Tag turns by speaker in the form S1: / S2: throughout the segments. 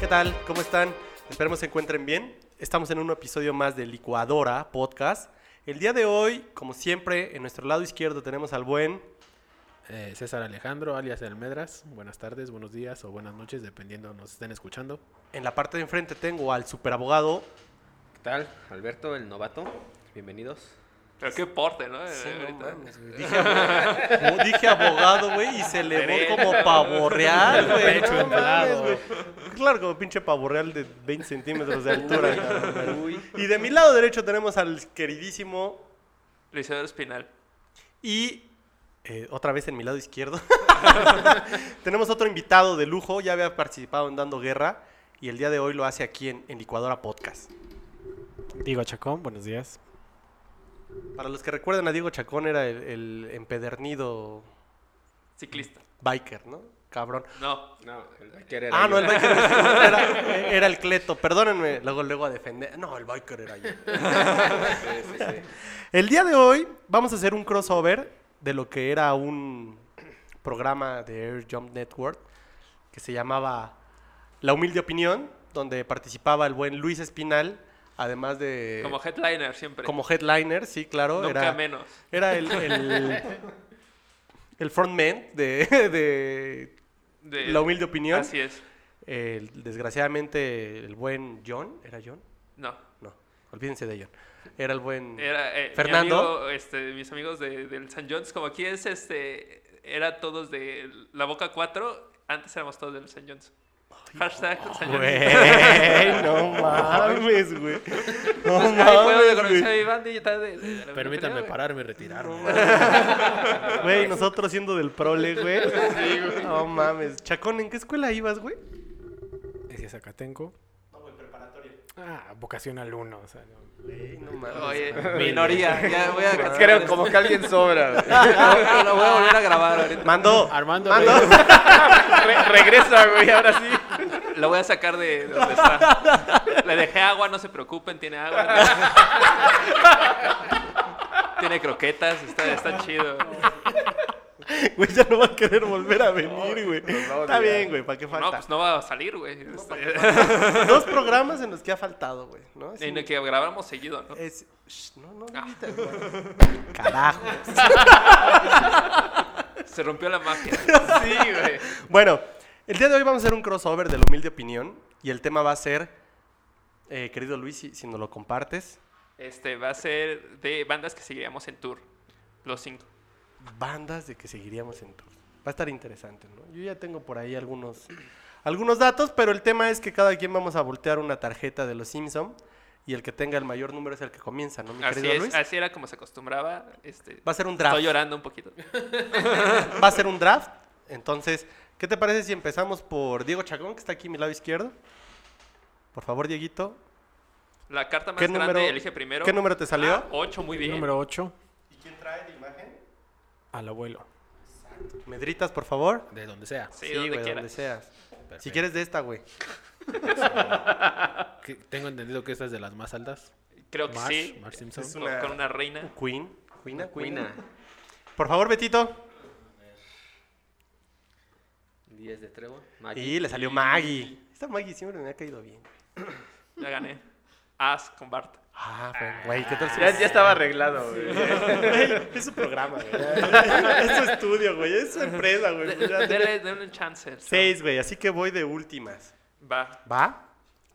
S1: ¿qué tal? ¿Cómo están? Esperemos se encuentren bien. Estamos en un episodio más de Licuadora Podcast. El día de hoy, como siempre, en nuestro lado izquierdo tenemos al buen
S2: Eh, César Alejandro, alias El Medras. Buenas tardes, buenos días o buenas noches, dependiendo nos estén escuchando.
S1: En la parte de enfrente tengo al superabogado.
S3: ¿Qué tal? Alberto, el novato. Bienvenidos.
S4: Pero qué porte, ¿no? Eh,
S1: Sí, no
S4: Ahorita.
S1: mames, güey. dije, abogado, dije abogado, güey, y se elevó como pavo real, güey.
S2: Pecho
S1: No
S2: empelado.
S1: mames, güey. Claro, como pinche pavo real de 20 centímetros de altura. cabrón, güey.
S3: Uy.
S1: Y de mi lado derecho tenemos al queridísimo
S4: Luis Eduardo Espinal.
S1: y eh, otra vez en mi lado izquierdo tenemos otro invitado de lujo. Ya había participado en Dando Guerra y el día de hoy lo hace aquí en, en Licuadora Podcast.
S5: Diego Chacón, buenos días.
S1: Para los que recuerdan a Diego Chacón era el- el empedernido
S4: Ciclista.
S1: biker, ¿no? Cabrón.
S4: No.
S3: No, el biker era
S1: Ah,
S3: yo.
S1: no, el biker era, era- era el cleto. Perdónenme, luego luego a defender. No, el biker era yo.
S3: Sí, sí, sí.
S1: El día de hoy vamos a hacer un crossover de lo que era un programa de Air Jump Network que se llamaba La Humilde Opinión, donde participaba el buen Luis Espinal, además de
S4: Como headliner siempre.
S1: como headliner, sí, claro.
S4: Nunca
S1: era,
S4: menos.
S1: Era el, el, el frontman de, de
S4: De-
S1: La Humilde Opinión.
S4: Así es.
S1: El- desgraciadamente, el buen John, ¿era John?
S4: No.
S1: No, olvídense de John. Era el buen...
S4: Era eh, mi
S1: Mm. Fernando.
S4: amigo, este, mis amigos de- del San John's, como aquí es este, era todos de la Boca 4, antes éramos todos del San John's. Hashtag San John's.
S1: Güey, no mames, güey. No
S4: Pues, ahí fue donde
S1: mames,
S4: conocí
S1: güey.
S4: a mi banda y tal de- de- de la
S2: Permítanme
S4: güey.
S2: pararme y retirarme.
S1: Güey, nosotros siendo del prole, güey. No mames. Chacón, ¿en qué escuela ibas, güey?
S5: Decía Zacatenco. Ah, vocacional 1. O sea, no.
S1: No mames.
S4: Oye, minoría. Ya voy a cancelar
S3: Creo
S4: esto.
S3: como que alguien sobra. güey.
S4: No, lo voy a volver a grabar ahorita.
S1: Mando.
S2: Armando,
S1: Mando.
S2: Reyes,
S3: Re- regresa, güey, ahora sí.
S4: Lo voy a sacar de donde está. Le dejé agua, no se preocupen, tiene agua. tiene croquetas, está, está chido.
S1: Güey, ya no va a querer volver a venir, güey.
S3: va a
S1: Está
S3: olvidar.
S1: bien, güey, ¿para qué
S4: No, pues
S1: falta?
S4: no va a salir, güey. Este,
S1: Dos programas en los que ha faltado, güey. ¿no? Es
S4: y
S1: un-
S4: no, que grabamos seguido, ¿no?
S1: Es... Shh, no, no,
S4: Ah.
S1: gritas, güey. Carajo.
S4: Se rompió la magia.
S3: Sí, güey.
S1: Bueno, el día de hoy vamos a hacer un crossover de la humilde opinión y el tema va a ser, eh, querido Luis, si, si nos lo compartes,
S4: Este va a ser de bandas que seguiríamos en tour. Los cinco.
S1: bandas de que seguiríamos en tour. Va a estar interesante, ¿no? Yo ya tengo por ahí algunos, algunos datos, pero el tema es que cada quien vamos a voltear una tarjeta de los Simpson y el que tenga el mayor número es el que comienza, ¿no, mi
S4: Así
S1: querido
S4: es,
S1: Luis?
S4: así era como se acostumbraba. Este,
S1: Va a ser un draft.
S4: estoy llorando un poquito.
S1: Va a ser un draft. Entonces, ¿qué te parece si empezamos por Diego Chacón, que está aquí a mi lado izquierdo? Por favor, Dieguito.
S4: La carta más
S1: ¿Qué
S4: grande
S1: número-
S4: elige primero.
S1: ¿Qué número te salió?
S4: Ah, ocho, muy bien.
S5: Número 8,
S1: ¿Y quién trae la imagen?
S5: al abuelo.
S1: Medritas, por favor.
S2: de donde sea.
S4: Sí, donde
S1: güey,
S4: quieras.
S1: donde seas. Si
S2: Perfecto.
S1: quieres de esta, güey.
S2: Que- Tengo entendido que esta es de las más altas.
S4: Creo que
S2: Marsh,
S4: sí.
S2: Marsh Simpson.
S1: Es
S4: Con-
S1: una-
S4: Con una reina.
S1: Queen. Queen,
S3: Cuina.
S1: Por favor, Betito.
S3: 10 de trébol.
S1: Y le salió Maggie. Esta Maggie siempre me ha caído bien.
S4: Ya gané. As con Bart.
S1: Ah, fue- güey, ¿qué tal si-
S3: Ya, ya estaba arreglado, güey.
S1: Güey, Es su programa, güey. Es su estudio, güey. Es su empresa, güey.
S4: De-
S1: Pues Ya tiene-
S4: Denle, denle un chance. ¿no?
S1: Seis, güey. Así que voy de últimas.
S4: Va.
S1: ¿Va?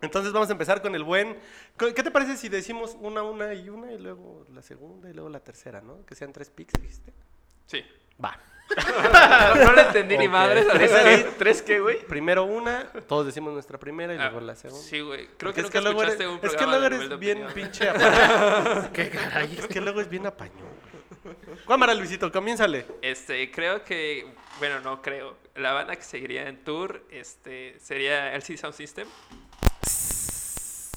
S1: Entonces vamos a empezar con el buen. ¿Qué qué te parece si decimos una, una y una y luego la segunda y luego la tercera, ¿no? Que sean tres picks, dijiste.
S4: Sí.
S1: Va.
S4: No, no lo entendí ni madre.
S3: ¿Tres qué? ¿Tres qué, güey?
S1: Primero una, todos decimos nuestra primera y
S4: Ah,
S1: luego la segunda.
S4: Sí, güey. Creo
S1: Porque
S4: que nunca
S1: luego
S4: escuchaste
S1: eres-
S4: un
S1: Es que
S4: programa
S1: luego
S4: de nivel de
S1: eres bien
S4: opinión.
S1: pinche apañón. Es que luego es bien apañón. güey. Cámara, Luisito, comiénzale.
S4: Este, creo que... Bueno, no creo. La banda que seguiría en tour este, sería LC Sound System.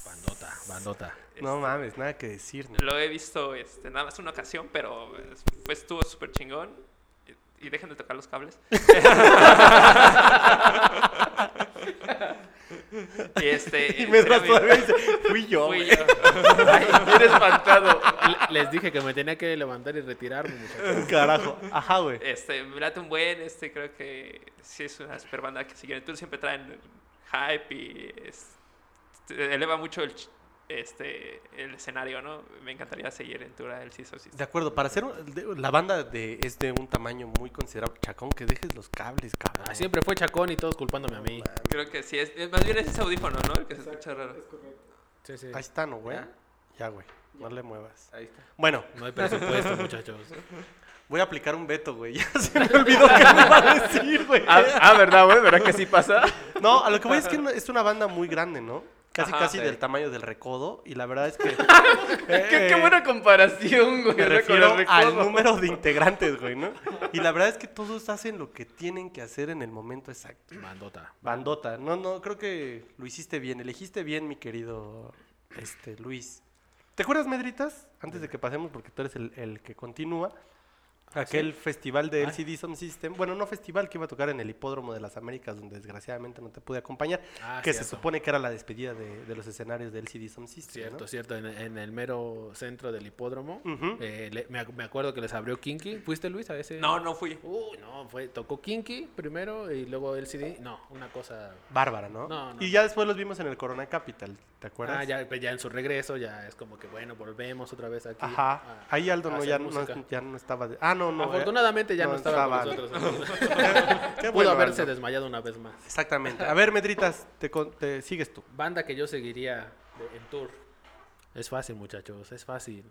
S2: Bandota, bandota.
S1: No mames, nada que decir. ¿no?
S4: Lo he visto este, nada más una ocasión, pero eh, fue, estuvo súper chingón. Y- Y dejen de tocar los cables. y este...
S1: Y me
S4: sería mi-
S1: todavía dice, fui yo.
S4: fui
S1: güey.
S4: yo.
S2: Eres espantado. Les dije que me tenía que levantar y retirarme, muchachos.
S1: Carajo. Ajá, güey.
S4: Este, me late un buen, este, creo que sí es una super banda que si quieren tour siempre traen hype y es- eleva mucho el, ch- este, el escenario, ¿no? Me encantaría seguir en Tura el Sisosis.
S1: De acuerdo, para hacer un- de- la banda de, es de un tamaño muy considerable. Chacón, que dejes los cables, cabrón.
S2: Ah, siempre fue chacón y todos culpándome a mí.
S4: Creo que sí, es, es- más bien es ese audífono, ¿no? El que se escucha raro.
S5: Sí, sí.
S1: Ahí está, ¿no, güey?
S3: ¿Ya?
S1: Ya, güey. No le muevas.
S3: Ahí está.
S1: Bueno,
S2: No hay presupuesto, muchachos.
S1: voy a aplicar un veto, güey. Ya se me olvidó qué iba a decir, güey.
S3: Ah, ah, ¿verdad, güey? ¿Verdad que sí pasa?
S1: No, a lo que voy es que no- es una banda muy grande, ¿no? Casi,
S4: Ajá,
S1: casi
S3: sí.
S1: del tamaño del recodo. Y la verdad es que.
S3: qué, qué
S1: Eh,
S3: buena comparación, güey.
S1: Me
S3: ahora con
S1: refiero
S3: los recodos.
S1: al número de integrantes, güey, ¿no? Y la verdad es que todos hacen lo que tienen que hacer en el momento exacto.
S2: Bandota.
S1: Bandota. No, no, creo que lo hiciste bien. Elegiste bien, mi querido este, Luis. ¿Te acuerdas, Medritas? Antes de que pasemos, porque tú eres el, el que continúa. Aquel festival de LCD Sound System. Bueno, no festival que iba a tocar en el Hipódromo de las Américas, donde desgraciadamente no te pude acompañar.
S2: Ah,
S1: que se
S2: cierto.
S1: supone que era la despedida de, de los escenarios de LCD Sound System.
S2: Cierto,
S1: ¿no?
S2: cierto. En, en el mero centro del hipódromo.
S1: Ujú.
S2: eh, le- me, ac- me acuerdo que les abrió Kinky. ¿Fuiste Luis a ese?
S4: No, no fui.
S2: Uy, no, fue, tocó Kinky primero y luego LCD. No, una cosa.
S1: Bárbara, ¿no?
S2: No, no.
S1: Y ya después los vimos en el Corona Capital, ¿te acuerdas?
S2: Ah, ya, pues ya en su regreso, ya es como que bueno, volvemos otra vez aquí. Ah,
S1: Ajá.
S2: a-
S1: Ahí Aldo
S2: a
S1: no,
S2: hacer
S1: ya, no,
S2: música.
S1: ya no estaba. de- Ah, no, no. eh.
S2: Afortunadamente ya no,
S1: no
S2: estaba con
S1: estaba.
S2: nosotros.
S1: Qué
S2: Pudo
S1: bueno,
S2: haberse
S1: Aldo.
S2: desmayado una vez más.
S1: Exactamente. A ver, Medritas, te, con- te sigues tú.
S2: Banda que yo seguiría de- en tour. Es fácil, muchachos, es fácil.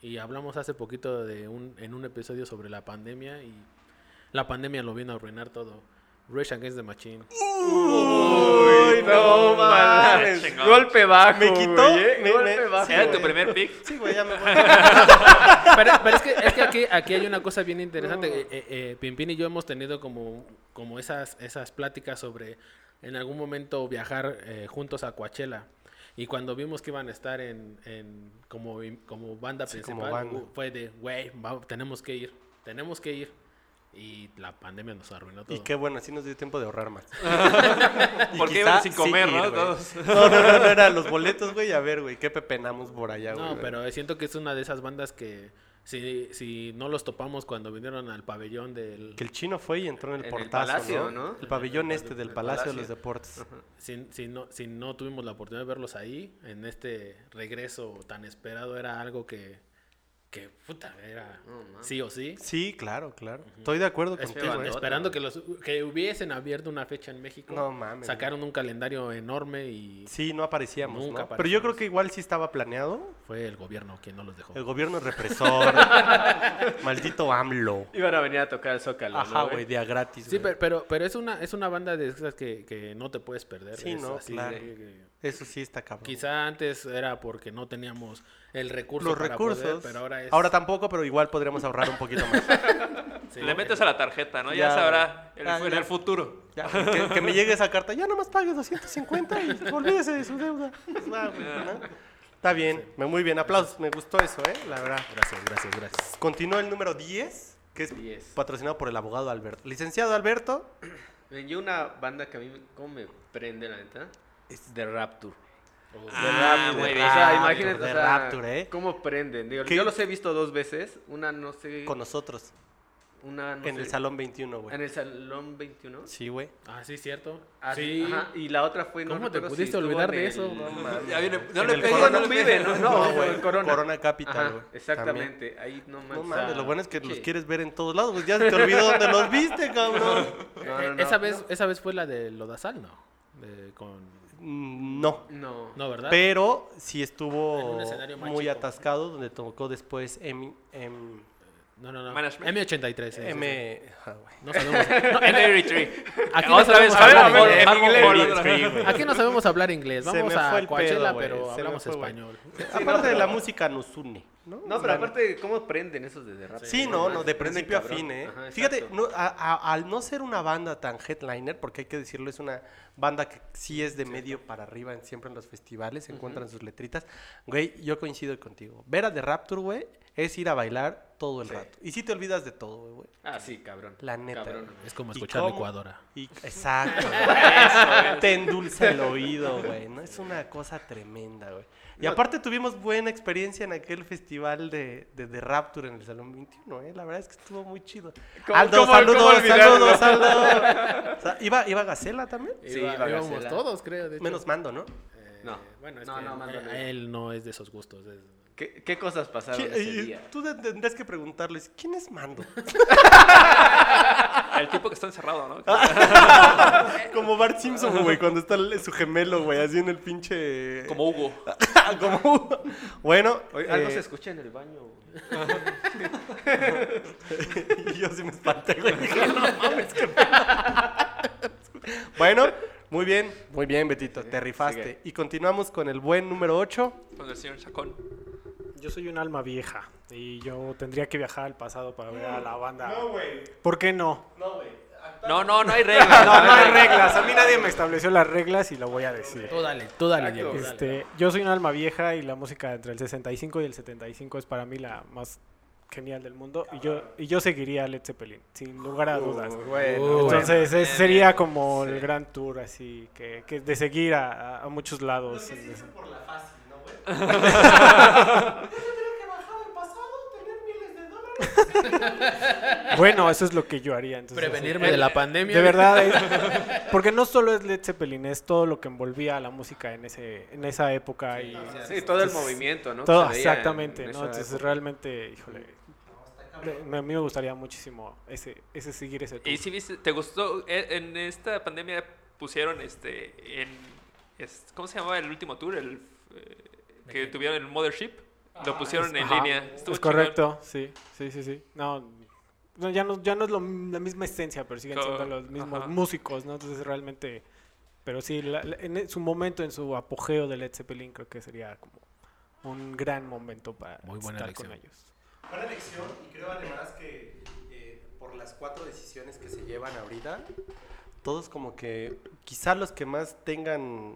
S2: Y hablamos hace poquito de un, en un episodio sobre la pandemia y la pandemia lo vino a arruinar todo. Rush Against the Machine.
S1: Uy,
S3: No mames.
S4: chingón.
S3: Golpe bajo.
S1: Me quitó,
S3: güey, ¿eh?
S1: me-
S3: Golpe
S1: me-
S3: bajo.
S1: sí,
S4: ¿Era
S1: güey.
S4: tu primer pick?
S1: Sí, güey, ya me voy.
S2: pero, pero es que, es que aquí, aquí hay una cosa bien interesante. Eh, eh, eh, Pimpín y yo hemos tenido como, como esas, esas pláticas sobre en algún momento viajar eh, juntos a Coachella. Y cuando vimos que iban a estar en, en- como, como banda
S1: Sí, como
S2: principal,
S1: banda.
S2: uh, fue de, güey, va- tenemos que ir, tenemos que ir. Y la pandemia nos arruinó todo.
S1: Y qué bueno, así nos dio tiempo de ahorrar más. Y
S4: Porque
S1: quizá
S4: iban sin
S1: sí
S4: comer,
S1: ir,
S4: ¿no?
S1: güey.
S4: Todos.
S1: No, no, no, no, eran los boletos, güey. A ver, güey, qué pepenamos por allá, güey.
S2: No, pero siento que es una de esas bandas que si, si no los topamos cuando vinieron al pabellón del...
S1: Que el chino fue y entró en el
S3: En el
S1: portazo,
S3: palacio,
S1: ¿no?
S3: ¿no?
S1: El pabellón este del
S3: el
S1: Palacio de los
S3: palacio.
S1: Deportes.
S2: si, si no, si no tuvimos la oportunidad de verlos ahí, en este regreso tan esperado, era algo que, que puta, era sí o sí.
S1: Sí, claro, claro. Estoy de acuerdo
S2: Espe-
S1: contigo,
S3: bandota,
S1: güey.
S2: esperando que, los, que hubiesen abierto una fecha en México.
S1: No mames.
S2: Sacaron un calendario enorme y
S1: Sí, no aparecíamos,
S2: Nunca
S1: ¿no? Pero yo creo
S2: aparecimos.
S1: que igual sí estaba planeado.
S2: fue el gobierno quien no los dejó.
S1: El gobierno represor. Maldito AMLO.
S3: Iban a venir a tocar el Zócalo,
S1: Ajá,
S3: ¿no,
S1: güey, de a gratis.
S2: Sí,
S1: güey.
S2: pero, pero, pero es, una, es una banda de esas que, que no te puedes perder.
S1: Sí,
S2: es
S1: no,
S2: así
S1: claro.
S2: de que-
S1: Eso sí está cabrón.
S2: Quizá antes era porque no teníamos el recurso
S1: los
S2: para
S1: recursos.
S2: poder, pero ahora es...
S1: tampoco, pero igual podríamos ahorrar un poquito más.
S2: sí.
S4: Le metes a la tarjeta, ¿no? Ya,
S1: Ya,
S4: sabrá el-
S1: ya,
S4: en
S1: ya.
S4: el futuro.
S1: Ya, que, que me llegue esa carta, ya nomás pague 250 y olvídese de su deuda. Pues, va, güey, ¿no? Está bien, me- muy bien. Aplausos, me gustó eso, ¿eh? La verdad.
S2: Gracias, gracias, gracias.
S1: Continúa el número 10, que es
S3: 10.
S1: patrocinado por el abogado Alberto. Licenciado Alberto,
S3: Ven, Yo una banda que a mí me- cómo me prende, la neta, es The Rapture.
S1: Oh.
S3: The
S4: Ah,
S3: Rapture.
S4: muy
S3: o
S4: bien.
S3: sea, imagínate,
S1: The
S3: o sea,
S1: Rapture, ¿eh?
S3: cómo prenden. Digo,
S1: ¿Qué?
S3: yo los he visto dos veces. Una, no
S4: Mm.
S3: sé,
S1: con nosotros,
S3: una, no
S1: en
S3: sé,
S1: el Salón 21, güey.
S3: en el Salón 21.
S1: Sí, güey.
S2: Ah, sí, cierto.
S3: Ah,
S2: sí.
S3: ajá, y la otra fue...
S2: ¿Cómo te
S3: recuerdo si
S2: pudiste
S3: estuvo
S2: olvidar
S3: en
S2: de
S3: el-
S2: eso?
S3: Ah,
S4: Ya viene- no
S1: En
S4: le
S1: el
S4: pegues,
S1: Corona
S4: no le
S3: vive,
S4: pegues.
S3: ¿no?
S1: No,
S3: No,
S1: güey.
S3: el Corona.
S1: Capital,
S3: Ajá,
S1: güey.
S3: exactamente. Ahí no
S1: También. No
S3: manches.
S1: mames, lo bueno es que los
S3: Sí.
S1: quieres ver en todos lados, pues ya se te olvidó dónde los viste, cabrón.
S3: No,
S2: Eh,
S3: no, no.
S2: esa, vez, esa vez fue la de Lodazal, ¿no? De- con...
S1: Mm, No.
S3: No.
S2: No, ¿verdad?
S1: Pero sí
S2: En
S1: estuvo
S2: un escenario más
S1: muy
S2: chico.
S1: atascado, donde tocó después M. M.
S2: no, no, no.
S4: Management.
S2: M83. sí, sí,
S1: M. ah, güey.
S2: sí. No sabemos. no,
S4: En
S2: eh,
S4: Every Tree.
S2: aquí, no
S4: Otra vez,
S2: sabemos
S4: a ver, a
S2: hablar
S4: ver,
S2: inglés.
S4: en inglés.
S2: aquí no sabemos hablar inglés.
S1: Se me
S2: Vamos
S1: fue
S2: a
S1: el
S2: Coachella,
S1: pedo, güey. Se
S2: pero
S1: me
S2: hablamos
S1: fue, güey.
S2: español.
S1: Aparte de la música nos une, ¿no?
S3: No, pero aparte, ¿cómo prenden esos de rap?
S1: Sí, no, no, de
S3: Prenden
S1: principio a
S3: cabrón.
S1: fin, ¿eh?
S3: Ajá,
S1: Fíjate,
S3: exacto.
S1: no, a- a- al no ser una banda tan headliner, porque hay que decirlo, es una banda que sí es de medio para arriba en- siempre en los festivales, encuentran sus letritas. Güey, yo coincido contigo. Ver a The Rapture, güey, es ir a bailar todo el
S3: Sí.
S1: rato. Y sí te olvidas de todo, güey.
S3: Ah, sí, cabrón.
S1: La neta.
S3: Cabrón.
S1: güey.
S2: Es como
S1: ¿Y
S2: escuchar
S1: cómo?
S2: licuadora.
S1: Y- exacto. güey. Te endulza el oído, güey. ¿no? Es una cosa tremenda, güey. Y aparte tuvimos buena experiencia en aquel festival de, de, de Rapture en el Salón 21, ¿eh? La verdad es que estuvo muy chido.
S3: ¿Cómo-
S1: Aldo,
S3: cómo-
S1: saludos,
S3: cómo olvidarlo?
S1: saludos, Aldo. O sea, ¿iba, ¿Iba Gacela también?
S3: Sí,
S2: Iba-
S3: iba a
S2: íbamos
S3: Gacela.
S2: todos, creo. de hecho.
S1: Menos mando, ¿no?
S2: Eh,
S3: No.
S2: bueno, es
S3: No,
S2: que
S3: no, más
S2: eh,
S3: vale.
S2: a él no es de esos gustos. es-
S3: ¿Qué, qué cosas pasaron
S1: Sí,
S3: ese
S1: y
S3: día?
S1: tú de- tendrías que preguntarles, ¿quién es mando?
S4: El tipo que está encerrado, ¿no?
S1: Como Bart Simpson, güey, cuando está el- su gemelo, güey, así en el pinche...
S4: Como Hugo.
S1: Como... Bueno,
S3: Oye, algo
S1: eh,
S3: se escucha en el baño. güey.
S1: y yo sí me espanté, güey. Dije, "No mames, qué pedo". bueno, muy bien, muy bien, Betito, te rifaste.
S3: sigue.
S1: Y continuamos con el buen número 8.
S4: Con el señor Chacón.
S5: Yo soy un alma vieja y yo tendría que viajar al pasado para ver a la banda. No, güey. ¿Por qué no?
S4: No, no, no hay reglas.
S5: No, no hay reglas. A mí nadie me estableció las reglas y lo voy a decir.
S2: Tú dale, tú dale, Diego, tú dale.
S5: Este, yo soy un alma vieja y la música entre el 65 y el 75 es para mí la más genial del mundo y yo y yo seguiría a Led Zeppelin sin lugar a dudas.
S3: Uh, bueno,
S2: Uh,
S3: bueno.
S5: Entonces ese
S4: bien,
S5: sería como el gran tour así que, que de seguir a, a- a muchos lados.
S1: por la fácil, ¿no, güey? Yo tendría que bajar al pasado, tener miles de dólares.
S5: Bueno, eso es lo que yo haría. Entonces,
S2: Prevenirme de la pandemia.
S5: De verdad, es- porque no solo es Led Zeppelin, es todo lo que envolvía a la música en ese en esa época y
S3: Sí, todo el movimiento, ¿no? que
S5: todo
S3: se veía en
S5: exactamente,
S3: esa
S5: ¿no? Entonces
S3: época.
S5: realmente, híjole, me- a mí me gustaría muchísimo ese ese seguir ese tour.
S4: ¿Y si viste, te gustó? eh, En esta pandemia pusieron este. En, es- ¿Cómo se llamaba el último tour? El, eh, que tuvieron el Mothership. Lo pusieron en
S5: Ajá,
S4: línea. Estuvo
S5: Es
S4: chingón.
S5: correcto, sí, sí, sí, sí. No, no, ya no ya no es lo m- la misma esencia, pero siguen
S4: Co-
S5: siendo los mismos
S4: ajá.
S5: músicos, ¿no? Entonces realmente pero sí, la- la- en e, su momento, en su apogeo de Led Zeppelin, creo que sería como un gran momento para
S2: Muy buena
S5: estar
S2: elección.
S5: con ellos.
S1: Buena elección, y creo además que eh, por las cuatro decisiones que se llevan ahorita, todos como que quizá los que más tengan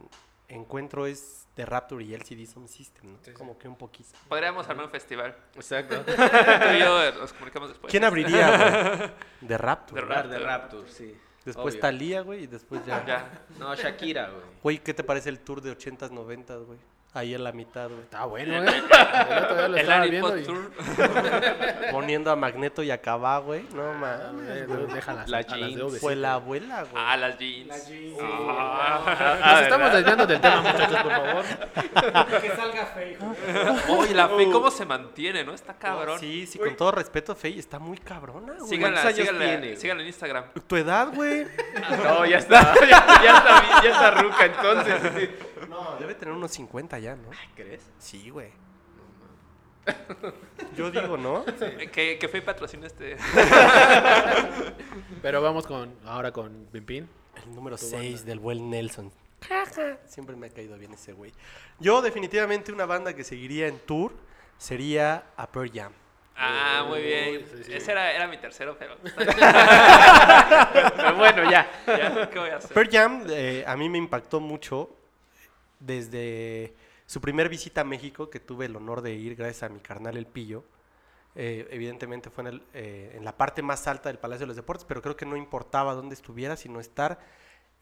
S1: encuentro es de Rapture y LCD Sound System, ¿no? Como que un poquito.
S4: Podríamos armar un festival.
S3: Exacto.
S4: Tú y yo eh, nos comunicamos después.
S1: ¿Quién abriría, güey? De Rapture.
S4: De Rapture.
S3: Hablar de Pues Raptor, sí.
S1: Después
S3: obvio.
S1: Thalía, güey, y después ya.
S4: Ya.
S3: No, Shakira, güey.
S1: Güey, ¿qué te parece el tour de 80s, 90s, güey? Ahí en la mitad, güey.
S2: Está bueno, ¿eh? El otro día lo
S4: El
S2: estaba
S4: Harry
S2: viendo y-
S4: Potter Tour.
S1: Poniendo a Magneto y a Cabá, güey. No
S2: A
S1: mames.
S2: ver, Déjalas.
S3: La
S2: a las de
S3: jeans.
S2: obesito.
S1: Fue la abuela, güey.
S4: Ah, las jeans.
S5: jeans.
S2: Nos
S4: Ah,
S2: estamos desviando del tema, muchachos, por favor.
S5: Que salga feo.
S4: Oye, la fe, ¿cómo se mantiene, no? Está cabrón.
S1: Sí, sí, con todo respeto, Fey, está muy cabrona, güey.
S4: Síganla,
S3: ¿Cuántos años
S4: síganla-
S3: tiene?
S4: síganla en Instagram.
S1: Tu edad, güey.
S3: Ah, No, ya está. Ya, ya está, vi- ya está ruca, entonces.
S1: No, debe tener unos 50 ya, ¿no?
S3: ¿Crees?
S1: Sí, güey. Yo digo, ¿no?
S4: Que, que Fey patrocina este.
S2: Pero vamos con ahora con Pimpín.
S1: El número 6 del buen Nelson. Siempre me ha caído bien ese güey. Yo definitivamente una banda que seguiría en tour sería a Pearl Jam.
S4: Ah, muy
S2: Uy,
S4: bien.
S2: sí, sí.
S4: Ese era, era mi tercero, pero.
S3: Pero bueno, ya.
S4: ya, ¿Qué voy a hacer?
S1: Pearl Jam eh, a mí me impactó mucho desde su primer visita a México, que tuve el honor de ir gracias a mi carnal El Pillo. Eh, evidentemente fue en, el, eh, en la parte más alta del Palacio de los Deportes, pero creo que no importaba dónde estuviera, sino estar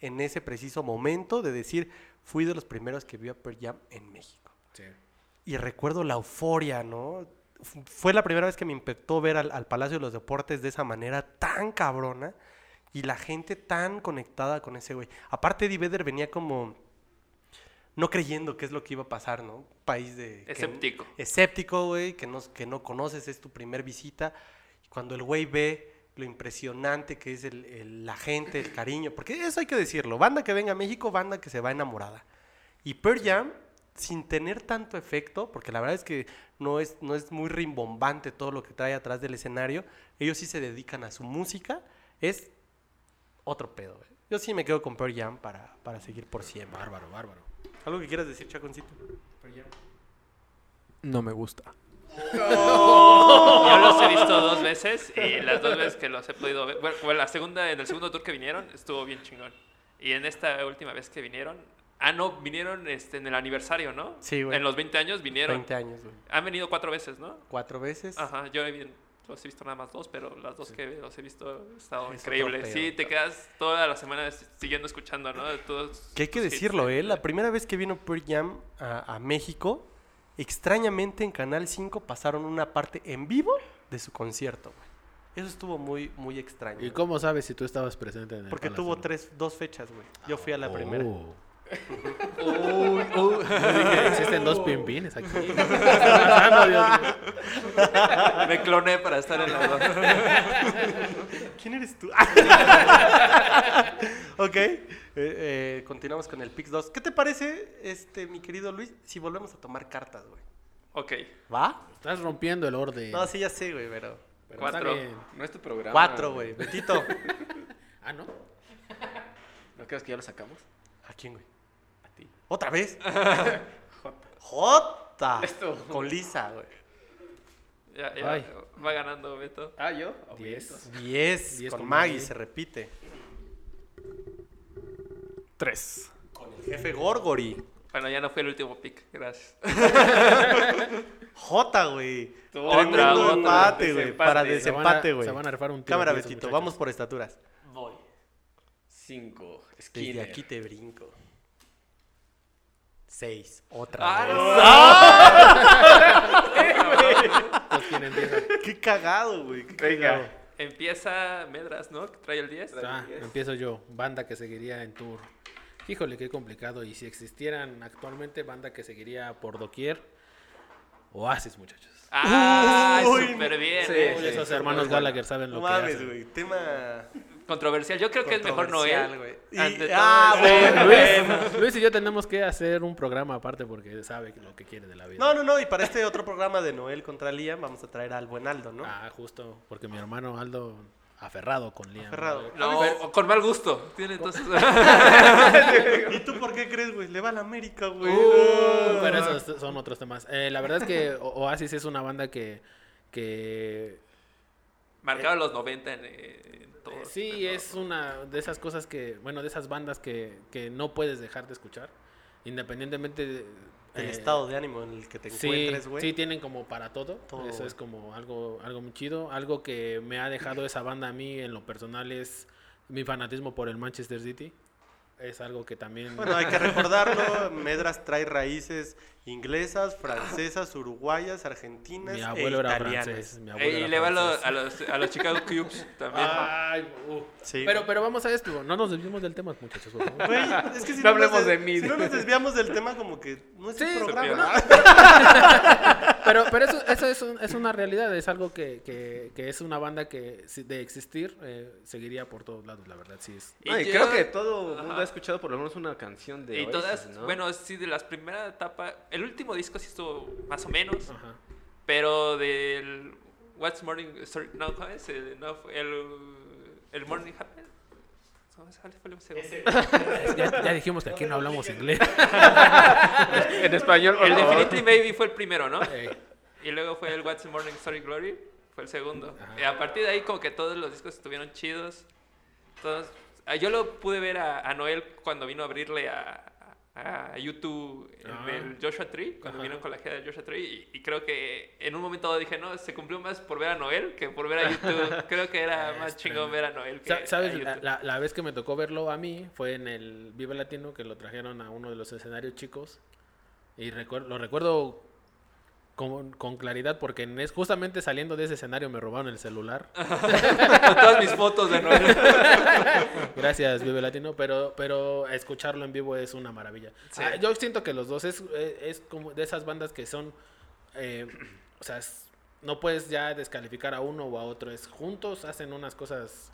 S1: en ese preciso momento de decir, fui de los primeros que vio a Pearl Jam en México. Y recuerdo la euforia, ¿no? Fu- Fue la primera vez que me impactó ver al, al Palacio de los Deportes de esa manera tan cabrona y la gente tan conectada con ese güey. Aparte, Eddie Vedder venía como no creyendo qué es lo que iba a pasar, ¿no? País de... que-
S4: Escéptico.
S1: escéptico, güey, que no, que no conoces, es tu primer visita. Y Cuando el güey ve lo impresionante que es el- el- la gente, el cariño, porque eso hay que decirlo, banda que venga a México, banda que se va enamorada. Y Pearl Jam, sin tener tanto efecto, porque la verdad es que no es, no es muy rimbombante todo lo que trae atrás del escenario, ellos sí se dedican a su música, es otro pedo. güey. Yo sí me quedo con Pearl Jam para, para seguir por siempre.
S2: Bárbaro, bárbaro.
S1: ¿Algo que quieras decir, Chaconcito?
S5: No me gusta.
S4: Yo los he visto dos veces y las dos veces que los he podido ver. Bueno, bueno, la segunda, en el segundo tour que vinieron, estuvo bien chingón. Y en esta última vez que vinieron. Ah, no, vinieron este, en el aniversario, ¿no?
S1: Sí, güey.
S4: En los 20 años vinieron.
S1: 20 años, güey.
S4: Han venido cuatro veces, ¿no?
S1: Cuatro veces.
S4: Ajá, yo he vi- los he visto nada más dos, pero las dos que los he visto han estado
S1: Es
S4: increíbles.
S1: otro
S4: Sí,
S1: pedo.
S4: te quedas toda la semana s- siguiendo escuchando, ¿no? De Todos
S1: Que ¿eh? hay que
S4: sus hits.
S1: decirlo, ¿eh? La primera vez que vino Pearl Jam a, a México, Extrañamente en Canal 5 pasaron una parte en vivo de su concierto, güey. Eso estuvo muy, muy extraño.
S2: ¿Y
S1: güey.
S2: cómo sabes si tú estabas presente en el
S1: Porque
S2: Palacio,
S1: tuvo
S2: no?
S1: tres, dos fechas, güey. Yo fui a la primera.
S2: Oh.
S3: Uy, uy.
S2: Existen dos pimpines aquí. ¿Qué está pasando, Dios mío?
S4: Me cloné para estar en la dos.
S1: ¿Quién eres tú? ok, eh, eh, continuamos con el Pix 2. ¿Qué te parece, este, mi querido Luis, si volvemos a tomar cartas, güey?
S4: Ok.
S1: ¿Va?
S2: Estás rompiendo el orden.
S1: No, sí, ya sé, güey, pero...
S2: Pero está
S4: Cuatro.
S2: bien.
S3: No es tu programa.
S1: Cuatro, güey. Betito.
S2: Ah, ¿no?
S3: ¿No crees que ya lo sacamos?
S1: ¿A quién, güey?
S3: A ti.
S1: ¿Otra vez? Jota.
S3: Esto.
S1: Con Lisa, güey.
S4: Ya, ya,
S2: Ay.
S4: va ganando Beto.
S3: Ah, yo. Ok,
S2: Diez.
S3: entonces.
S1: 10
S2: Diez
S1: con,
S2: con
S1: Maggie,
S2: Maggie.
S1: se repite.
S5: Tres.
S1: Con el jefe Gorgori.
S4: Bueno, ya no fue el último pick. Gracias.
S1: Jota, güey.
S4: Otra,
S1: Tremendo
S4: otra.
S1: empate, güey.
S4: Desempate.
S1: Para
S4: Se van
S2: Se van a-
S4: a-
S1: desempate, güey.
S2: Se van a rifar un tiro.
S1: Cámara,
S2: con esos
S1: Betito,
S2: muchachos.
S1: vamos por estaturas.
S4: Voy.
S3: Cinco. Skinner.
S1: Desde aquí te brinco. 6. Otra
S4: ¡Ah,
S1: vez.
S4: no!
S2: Entonces, ¿quién empieza?
S1: Qué cagado, güey. qué
S3: Venga.
S1: cagado.
S4: Empieza Medras, ¿no? Que trae el 10.
S2: Ah, empiezo yo. Banda que seguiría en tour. Híjole, qué complicado. Y si existieran actualmente, banda que seguiría por doquier. Oasis, muchachos.
S4: ¡Ah!
S1: Uy,
S4: Súper bien.
S3: sí,
S4: eh.
S2: Uy,
S3: sí.
S2: esos hermanos Gallagher saben lo
S1: No
S2: que
S1: mames,
S2: hacen.
S1: güey. Tema.
S4: Controversial. Yo creo que es mejor
S1: controversial,
S4: Noel.
S1: güey.
S4: Ante
S1: Y-
S4: todo,
S1: Ah,
S4: sí.
S1: bueno.
S2: Luis, Luis y yo tenemos que hacer un programa aparte porque sabe lo que quiere de la vida.
S1: No, no, no. Y para este otro programa de Noel contra Liam, vamos a traer al buen Aldo, ¿no?
S2: Ah, justo, porque mi hermano Aldo aferrado con Liam.
S1: Aferrado.
S4: No, o con mal gusto. Tiene entonces.
S1: ¿Y tú por qué crees, güey? Le va a la América, güey. Ah.
S2: Uh,
S1: No.
S2: pero esos son otros temas. Eh, la verdad es que O- Oasis es una banda que, que
S4: Marcaba los 90 en, en todo.
S2: Sí, es una de esas cosas que, bueno, de esas bandas que, que no puedes dejar de escuchar, independientemente de-
S1: El
S2: eh,
S1: estado de ánimo en el que te
S2: Sí,
S1: encuentres, güey.
S2: sí, tienen como para todo.
S1: Todo,
S2: Eso
S1: güey.
S2: es como algo, algo muy chido. Algo que me ha dejado esa banda a mí en lo personal es mi fanatismo por el Manchester City. Es algo que también...
S1: Bueno, hay que recordarlo. Medras trae raíces inglesas, francesas, uruguayas, argentinas
S2: mi
S1: e
S2: abuelo era
S1: italianas.
S2: francés. mi abuelo
S4: Eh,
S2: era
S4: Y le va a lo-
S2: francés.
S4: a los, a los Chicago Cubes también.
S3: Ah,
S2: Ay, uh.
S1: Ah. Sí.
S2: Pero, pero vamos a esto. No nos desviemos del tema, muchachos. por favor.
S1: Güey, es que si
S3: No
S1: nos
S3: hablemos
S1: des-
S3: de mí.
S1: Si no nos desviamos del tema, como que no es
S2: Sí,
S1: un
S2: se
S1: programa.
S2: Pero, pero eso, eso es, un- es una realidad, es algo que, que, que es una banda que si- de existir eh, seguiría por todos lados, la verdad, sí es.
S3: No, y
S4: yo-
S3: creo que todo el mundo
S4: Ajá.
S3: ha escuchado por lo menos una canción de
S4: Y
S3: Oasis,
S4: todas,
S3: ¿no?
S4: bueno, sí, de las primeras etapas. El último disco sí estuvo más o menos.
S2: Ajá.
S4: Pero del What's Morning sorry, no, ¿cómo es? El, no, el, el Morning Happen. ¿Cómo se llama? Espérame un segundo.
S2: Ya, ya dijimos que aquí no hablamos inglés.
S3: en español. por
S4: El
S3: favor.
S4: Definitely Maybe fue el primero, ¿no?
S2: Eh,
S4: Y luego fue el What's the Morning Story Glory, fue el segundo.
S2: Ajá.
S4: Y a partir de ahí como que todos los discos estuvieron chidos. Todos, ah, yo lo pude ver a, a Noel cuando vino a abrirle a, a- a YouTube en
S2: Ah.
S4: el Joshua Tree, cuando
S2: Ajá.
S4: vinieron con la gira de Joshua Tree. Y, y creo que en un momento dado dije, no, se cumplió más por ver a Noel que por ver a YouTube. creo que era
S2: Ah,
S4: más
S2: es
S4: chingón
S2: tremendo.
S4: ver a Noel que
S2: sa-
S3: eh,
S2: ¿Sabes?
S4: a
S2: La,
S4: U2.
S2: la- la vez que me tocó verlo a mí fue en el Vive Latino, que lo trajeron a uno de los escenarios chicos. Y recuer- lo recuerdo con, con claridad porque en es, justamente saliendo de ese escenario me robaron el celular.
S4: Con todas mis fotos de Noel.
S2: Gracias, Vive Latino, pero, pero escucharlo en vivo es una maravilla.
S4: Sí.
S2: Ah, yo siento que los dos es, eh, es como de esas bandas que son, eh, o sea, es- no puedes ya descalificar a uno o a otro, es juntos hacen unas cosas.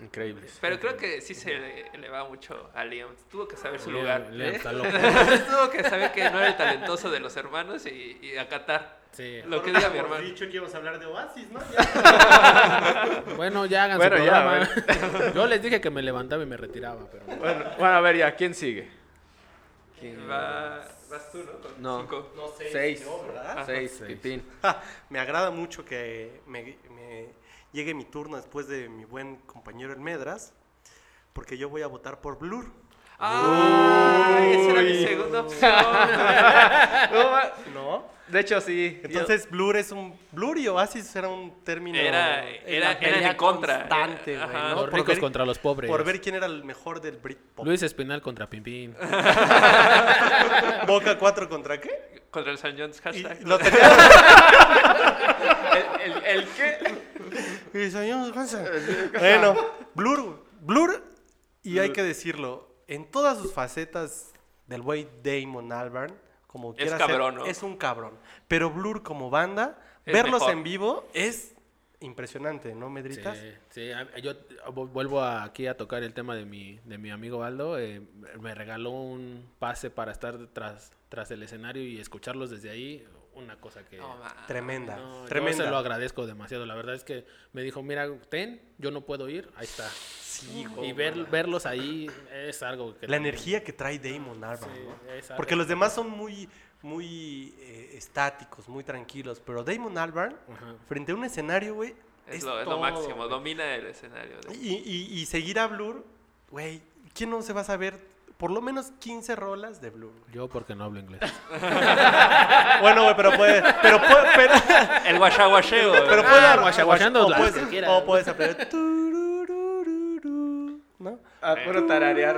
S3: Increíbles.
S4: Pero creo que sí se le, le va mucho a Liam. Tuvo que saber su
S2: Liam-
S4: lugar.
S2: Liam está loco.
S4: Tuvo que saber que no era el talentoso de los hermanos y, y acatar
S2: Sí.
S4: lo que diga mi
S1: Por
S4: hermano.
S1: dicho que íbamos a hablar de Oasis, ¿no?
S2: Bueno, ya hagan
S3: Bueno,
S2: su
S3: ya,
S2: programa. Yo les dije que me levantaba y me retiraba, pero no.
S3: Bueno, bueno, a ver ya, ¿quién sigue?
S4: Va- vas tú, ¿no? Con
S3: No.
S4: cinco.
S1: No sé.
S3: Seis.
S1: yo, ¿verdad?
S4: Ajá.
S3: Seis,
S2: Seis.
S3: Pipín.
S1: Ja, me agrada mucho que me, me llegue mi turno después de mi buen compañero el Medras, porque yo voy a votar por Blur.
S3: ¡Ay! Esa era mi
S1: Uy.
S3: segunda opción. güey. No ma-
S1: ¿No?
S3: de hecho, sí. yo-
S1: Entonces, Blur es un. Blur y Oasis era un término.
S4: Era-
S1: en
S4: era-
S1: la
S4: era
S1: pelea
S4: en contra.
S1: Constante, güey.
S4: Ajá.
S1: ¿no?
S2: Los
S1: Por
S2: ricos
S1: ver-
S2: contra los pobres.
S1: Por ver quién era el mejor del Britpop.
S2: Luis Espinal contra Pimpín.
S1: Boca 4 contra qué?
S4: Contra el San John's
S1: Y
S4: hashtag.
S1: lo tenía.
S3: ¿El, el, el qué?
S1: y soñamos con eso. Bueno, Blur. güey. Blur, y hay que decirlo, en todas sus facetas del güey Damon Albarn, como quiera ser,
S4: cabrón, ¿no?
S1: es un cabrón. Pero Blur como banda,
S4: Es
S1: verlos
S4: mejor.
S1: en vivo es impresionante, ¿no, Medritas?
S2: Sí, sí, a- yo vu- vuelvo aquí a tocar el tema de mi, de mi amigo Aldo. eh, me regaló un pase para estar tras, tras el escenario y escucharlos desde ahí. Una cosa que...
S4: No, ma.
S1: Tremenda,
S2: no, yo
S1: tremenda.
S2: se lo agradezco demasiado. La verdad es que me dijo, mira, ten, yo no puedo ir, ahí está. y ver, verlos ahí es algo que...
S1: La
S2: también-
S1: energía que trae Damon Albarn,
S2: Sí,
S1: ¿no?
S2: es algo
S1: Porque los
S2: que-
S1: demás son muy, muy eh, estáticos, muy tranquilos. Pero Damon Albarn,
S2: Ajá.
S1: frente a un escenario, güey,
S4: Es,
S1: es,
S4: lo, es lo
S1: todo,
S4: máximo,
S1: güey.
S4: domina el escenario. de-
S1: Y, y- y seguir a Blur, güey, ¿quién no se va a saber por lo menos 15 rolas de Blur?
S2: Yo porque no hablo inglés.
S1: Bueno, güey, pero puede, pero puede, pero,
S4: El guachaguacheo. güey.
S1: pero
S2: Ah,
S1: puede
S2: guachaguacheando
S1: o
S2: las
S1: puedes,
S2: que quieras.
S1: o puedes aprender, tururururu, ¿no?
S3: A ah, puro tararear.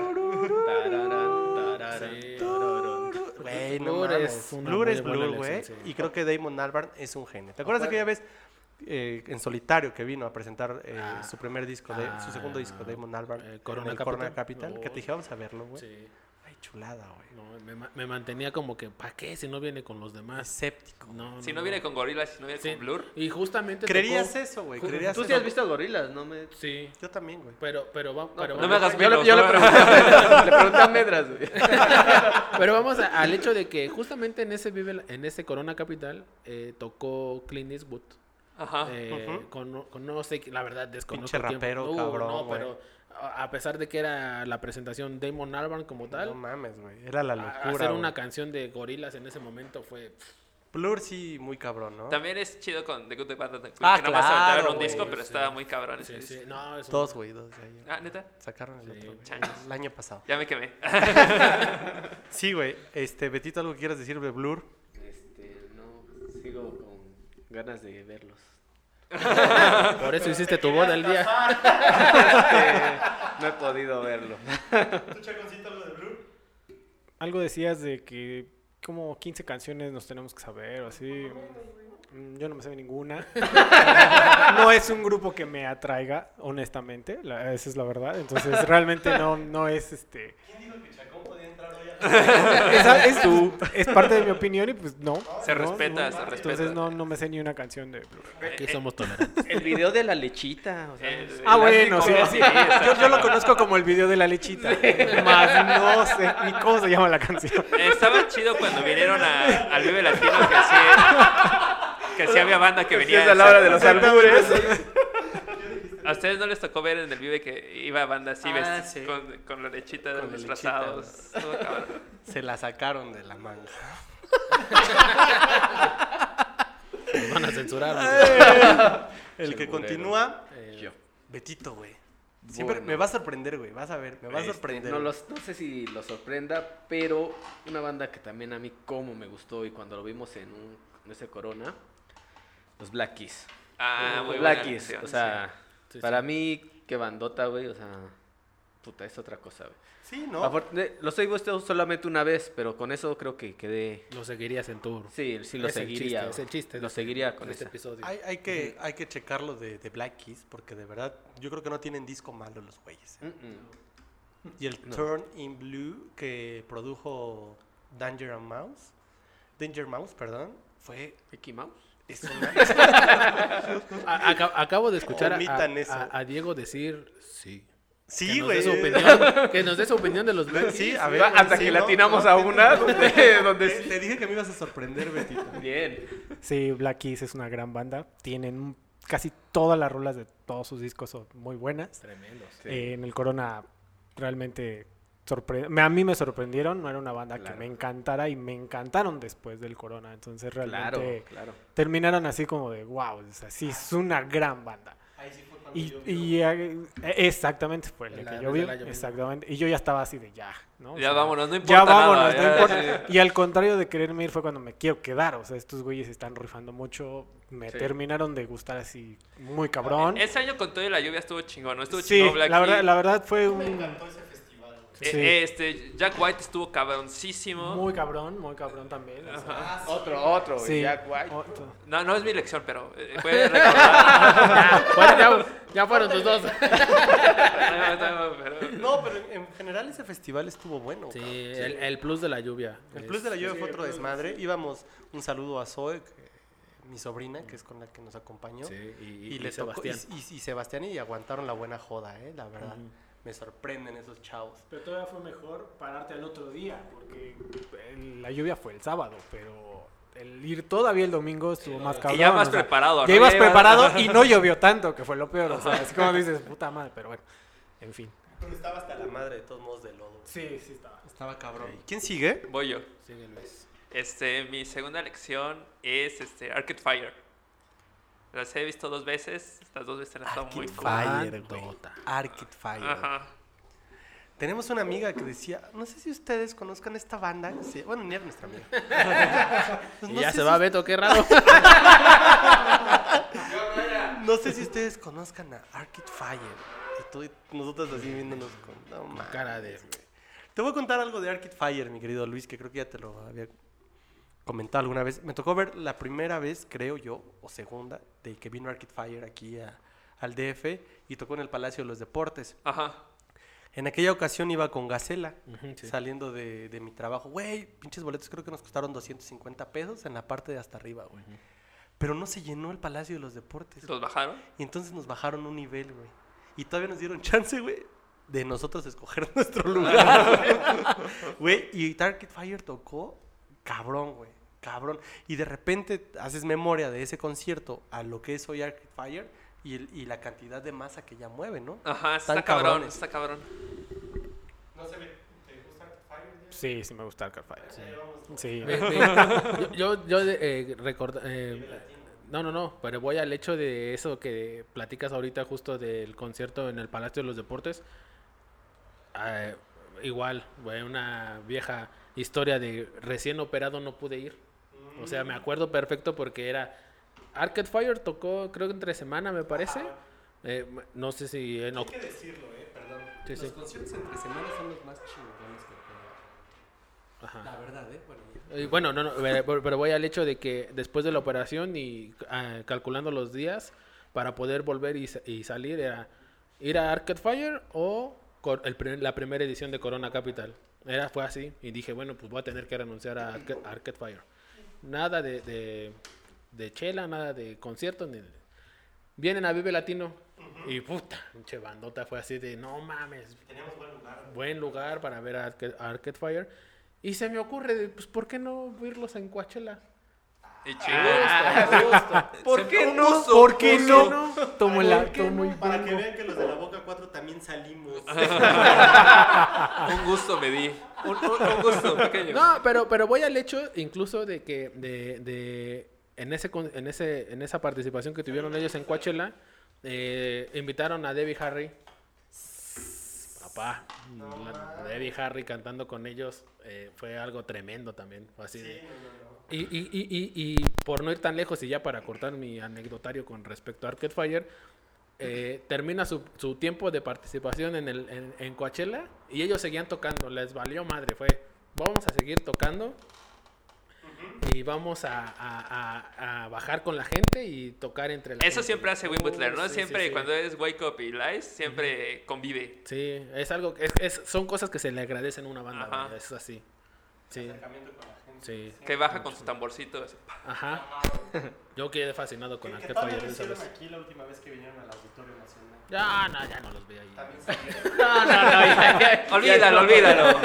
S3: Tararán, tararán.
S2: Sí.
S1: Güey, no
S2: Blur
S1: mames.
S2: es una
S1: Blur
S2: muy
S1: es
S2: buena
S1: Blur, güey.
S2: elección, sí.
S1: Y creo que Damon Albarn es un genio. ¿Te acuerdas
S3: Aparte-
S1: aquella vez eh, en solitario que vino a presentar eh,
S2: Ah.
S1: su primer disco, de, su segundo
S2: Ah.
S1: disco, Damon Albarn?
S2: Eh,
S1: en
S2: Corona
S1: el
S2: Capital.
S1: Corona Capital. Que
S2: Oh.
S1: te dije, vamos a verlo, güey.
S2: Sí,
S1: Ay, chulada, güey.
S2: no, me, ma- me mantenía como que, ¿para qué si no viene con los demás?
S1: Escéptico.
S2: No,
S4: Si
S2: no,
S4: no viene con gorilas, si no viene
S2: Sí,
S4: con Blur.
S2: Y justamente...
S1: ¿Creerías
S2: tocó-
S1: eso, güey?
S3: Tú-
S1: ¿Creerías
S3: Tú sí
S1: eso?
S3: has visto gorilas, no me.
S2: Sí,
S1: Yo también, güey.
S2: pero, pero, va- pero
S4: No
S2: vamos-
S4: me hagas
S3: yo, le,
S4: milos,
S3: yo le
S4: no me-
S3: pregunté, a- le pregunté a Medras, güey.
S2: Pero vamos a- al hecho de que justamente en ese Vive- en ese Corona Capital eh, tocó Clint Eastwood.
S4: Ajá.
S2: eh,
S1: ujú.
S2: con, con- no sé, la verdad desconozco.
S1: Pinche
S2: el tiempo.
S1: rapero,
S2: No,
S1: cabrón,
S2: No,
S1: güey.
S2: pero a a pesar de que era la presentación Damon Albarn como
S1: No
S2: tal,
S1: mames, güey. Era la
S2: a-
S1: locura.
S2: hacer
S1: güey.
S2: una canción de gorilas en ese momento fue...
S1: Blur sí, muy cabrón, ¿no?
S4: También es chido con The Good The Bad and The Good,
S1: Ah,
S4: que nada más
S1: claro,
S4: aventaron un
S1: güey,
S4: disco, pero
S2: sí.
S4: estaba muy cabrón ese
S2: sí, sí,
S4: disco.
S2: no, es un-
S1: Dos, güey, dos. ahí.
S4: Ah, ¿neta?
S1: Sacaron el
S2: Sí,
S1: otro, güey,
S4: chances.
S1: El año pasado.
S4: Ya me quemé.
S1: Sí, güey. Este, Betito, ¿algo que quieras decir de Blur?
S3: Este, no, sigo con ganas de verlos.
S2: Por eso hiciste tu boda el día.
S3: Este, no he podido verlo.
S1: ¿Tú, Chaconcito, algo de Blur?
S5: Algo decías de que como 15 canciones nos tenemos que saber o así. Mm, Yo no me sé ninguna. no es un grupo que me atraiga, honestamente. la- esa es la verdad. Entonces, realmente no, no es este. Esa es, pues, es parte de mi opinión y pues no.
S4: Se
S5: no,
S4: respeta,
S5: no.
S4: se respeta.
S5: Entonces no, no me sé ni una canción de Blur.
S2: Aquí somos tolerantes.
S3: El video de la lechita. O sea,
S4: Eh,
S5: Ah,
S4: el
S5: bueno, sí.
S4: ácido,
S5: sí.
S4: está
S5: Yo, yo lo
S4: chido.
S5: conozco como el video de la lechita. Más no sé ni cómo se llama la canción.
S4: Estaba chido cuando vinieron a- al Vive Latino que sí, que sí había banda que venía.
S3: es a la hora de los albures.
S4: ¿A ustedes no les tocó ver en el Vive que iba banda así
S1: Ah,
S4: vesti-
S1: sí.
S4: con, con la lechita de
S1: Con la
S4: los
S1: lechita,
S4: trazados? Estuvo cabrón.
S1: Se la sacaron de la manga.
S2: Nos van a censurar.
S1: El que
S3: Eh. Segurero.
S1: continúa,
S3: Yo.
S1: Betito, güey. Siempre
S3: Bueno.
S1: me va a sorprender, güey. Vas a ver, me va a
S3: Este,
S1: sorprender.
S3: no,
S1: güey.
S3: los- no sé si lo sorprenda, pero una banda que también a mí como me gustó y cuando lo vimos en, un, en ese Corona, los Black Keys.
S4: Ah,
S3: Los
S4: muy buena
S3: Black Keys,
S4: canción,
S3: o sea,
S2: Sí, sí.
S3: para mí, qué bandota, güey, o sea, puta, es otra cosa, güey.
S1: Sí, ¿no?
S3: Afor- de- Los he visto solamente una vez, pero con eso creo que quedé...
S2: Lo seguirías en tour.
S3: Sí, sí lo
S2: Es el
S3: seguiría.
S2: chiste,
S3: güey.
S2: es el chiste de
S3: Lo
S2: este-
S3: seguiría con
S2: Con este
S3: esa.
S2: episodio.
S1: Hay, hay que, hay que checarlo de, de Black Keys, porque de verdad, yo creo que no tienen disco malo los güeyes. ¿eh?
S3: Mm, mm.
S1: Y el
S3: No.
S1: Turn in Blue que produjo Danger and Mouse, Danger Mouse, perdón, fue.
S3: Mickey Mouse.
S1: es una-
S2: A- aca- acabo de escuchar a,
S1: Omitan eso.
S2: a- a Diego decir sí. Que
S1: sí,
S2: nos
S1: güey.
S2: dé su opinión, que nos dé su opinión de los Black
S1: Sí,
S2: Keys.
S1: a ver.
S3: Va,
S1: güey,
S3: hasta
S1: sí,
S3: que
S1: ¿no?
S3: latinamos
S1: No,
S3: a
S1: sí,
S3: una
S1: no.
S3: donde, donde
S1: Te,
S3: sí.
S1: te dije que me ibas a sorprender, Betito.
S3: Bien.
S5: Sí, Black Keys es una gran banda. Tienen casi todas las rolas de todos sus discos son muy buenas.
S2: Tremendos.
S5: Eh, en el Corona realmente sorpre- me- a mí me sorprendieron. No era una banda
S3: Claro.
S5: que me encantara y me encantaron después del Corona. Entonces realmente
S3: Claro, claro.
S5: terminaron así como de wow, o sea, sí es una gran banda.
S1: Ahí sí fue cuando
S5: Y, y, eh, exactamente, fue el
S2: El
S5: de
S2: de
S5: que
S2: la
S5: yo
S2: vez
S5: vi.
S2: del año mismo.
S5: Exactamente. Y yo ya estaba así de ya, ¿no? O
S4: Ya
S5: sea,
S4: vámonos, no importa.
S5: Ya
S4: nada,
S5: vámonos, no
S4: ya,
S5: importa. Y al contrario de quererme ir fue cuando me quiero quedar. O sea, estos güeyes están rifando mucho. Me
S3: Sí.
S5: terminaron de gustar así muy
S4: Ah,
S5: cabrón.
S4: Ese año con todo y la lluvia estuvo chingón, ¿no? Estuvo
S5: Sí,
S4: chingón Black
S5: la verdad,
S4: Keys.
S5: la verdad fue un...
S4: Eh,
S5: sí.
S4: eh, este, Jack White estuvo cabroncísimo.
S5: Muy cabrón, muy cabrón también. o sea,
S3: Otro, otro,
S5: sí. Oh,
S3: Jack White.
S5: Otro.
S4: No, no es mi elección, pero eh, fue recordada.
S1: ah.
S2: Ya, bueno, ya, ya fueron tus dos.
S4: No, no, no, pero-
S1: No, pero en- en general ese festival estuvo bueno.
S2: Sí,
S1: cabrón.
S2: el, el plus de la lluvia.
S1: El plus de la lluvia fue otro desmadre. Íbamos, un saludo a Zoe, que- mi sobrina, que es con la que nos acompañó.
S2: Sí, y, y-
S1: y,
S2: y
S1: le tocó- y-
S2: Sebastián.
S1: y- y Sebastián y aguantaron la buena joda, ¿eh? La verdad. Me sorprenden esos chavos.
S5: Pero todavía fue mejor pararte al otro día, porque el- la lluvia fue el sábado, pero el ir todavía el domingo estuvo más cabrón.
S4: ya vas
S5: o sea,
S4: preparado, ¿no?
S5: Ya ibas
S4: Ya ibas-
S5: preparado y no llovió tanto, que fue lo peor. O sea, es como dices, puta madre, pero bueno, en fin.
S1: Pero estaba hasta la madre de todos modos de lodo.
S5: Sí, sí estaba.
S1: Estaba cabrón. ¿Quién sigue?
S4: Voy yo.
S2: Sigue Luis.
S4: Este, mi segunda elección es este, Arcade Fire. Las he visto dos veces. Las dos veces han estado muy cool.
S1: Fire, güey.
S2: Bandota.
S1: Arcade Fire.
S4: Ajá.
S1: Tenemos una amiga que decía, no sé si ustedes conozcan esta banda. que se- Bueno, ni era nuestra amiga. Pues
S2: Y
S1: no
S2: ya
S1: sé
S2: se
S1: si- Ah,
S2: va Beto, qué raro.
S1: No sé si ustedes conozcan a Arcade Fire. Y tú y nosotros así viéndonos con... No, mames,
S2: cara de-
S1: güey. Te voy a contar algo de Arcade Fire, mi querido Luis, que creo que ya te lo había comentado alguna vez. Me tocó ver la primera vez, creo yo, o segunda, de que vino Arcade Fire aquí a- al DF y tocó en el Palacio de los Deportes.
S4: Ajá.
S1: En aquella ocasión iba con Gacela,
S2: Ujú, sí.
S1: saliendo de, de mi trabajo. Güey, pinches boletos creo que nos costaron 250 pesos en la parte de hasta arriba, güey. Pero no se llenó el Palacio de los Deportes.
S4: ¿Los bajaron?
S1: Y entonces nos bajaron un nivel, güey. Y todavía nos dieron chance, güey, de nosotros escoger nuestro lugar. Güey, y Target Fire tocó cabrón, güey. Cabrón. Y de repente haces memoria de ese concierto a lo que es hoy Arcade Fire y, el- y la cantidad de masa que ya mueve, ¿no?
S4: Ajá, está
S1: Están
S4: cabrón,
S1: cabrones.
S4: está cabrón.
S5: Sí, sí me gusta el Carfire. Sí. Sí.
S2: Me- me- yo yo, yo, eh, recorda- eh, no, no, no, pero voy al hecho de eso que platicas ahorita justo del concierto en el Palacio de los Deportes. Eh, igual, güey, una vieja historia de recién operado no pude ir. O sea, me acuerdo perfecto porque era... Arcade Fire tocó creo que entre semana, me parece. Eh, no sé si en octubre.
S1: decirlo, eh, perdón.
S2: Sí, sí.
S1: Los conciertos entre semanas son los más chingones que puedo. La verdad, eh, bueno. ya.
S2: Eh, Bueno, no, no, pero- pero pero voy al hecho de que después de la operación y ah, calculando los días para poder volver y, sa- y salir era ir a Arcade Fire o cor- el primer- la primera edición de Corona Capital. Era, fue así y dije, bueno, pues voy a tener que renunciar a Arca- Arcade, Fire. Nada de, de, de chela, nada de conciertos. ni- Vienen a Vive Latino y puta, pinche bandota fue así de, no mames, buen lugar para ver a Arcade, a Arcade Fire. Y se me ocurre, de, pues, ¿por qué no verlos en Coachella?
S4: Y
S2: A
S4: chingón.
S2: gusto, a gusto.
S4: Ah, ¿Por qué no?
S5: ¿Por qué no? Tomo la...
S2: ¿Por qué
S5: Tomo
S2: no?
S5: y
S1: Para que
S5: pongo.
S1: vean que los de la Boca 4 también salimos.
S4: Un gusto me di. Un, un- un gusto pequeño.
S2: No, pero, pero voy al hecho incluso de que de, de- en, ese, con- en, ese, en esa participación que tuvieron ellos en Coachella, eh, invitaron a Debbie Harry. Papá, la- Debbie Harry cantando con ellos eh, fue algo tremendo también. fue así de- Y, y- y- y- y por no ir tan lejos y ya para cortar mi anecdotario con respecto a Arcade Fire, eh, termina su, su tiempo de participación en, el, en, en Coachella y ellos seguían tocando, les valió madre, fue, vamos a seguir tocando y vamos a, a- a- a bajar con la gente y tocar entre la
S4: Eso
S2: gente.
S4: siempre hace Win Butler,
S2: Oh,
S4: ¿no?
S2: sí,
S4: siempre
S2: sí, sí.
S4: cuando es Wake Up y Lies, siempre convive.
S2: Sí, es algo, que- es, es- son cosas que se le agradecen a una banda,
S4: Ajá.
S2: güey, es así. Sí, sí,
S4: Que baja con su tamborcito. así, pa.
S2: ajá. Yo quedé fascinado con Arcade Fire esa vez.
S1: aquí la última vez que vinieron al Auditorio Nacional.
S2: Ya, no, ya no los vi ahí.
S4: No, no, no, ya, ya. Olvídalo, olvídalo.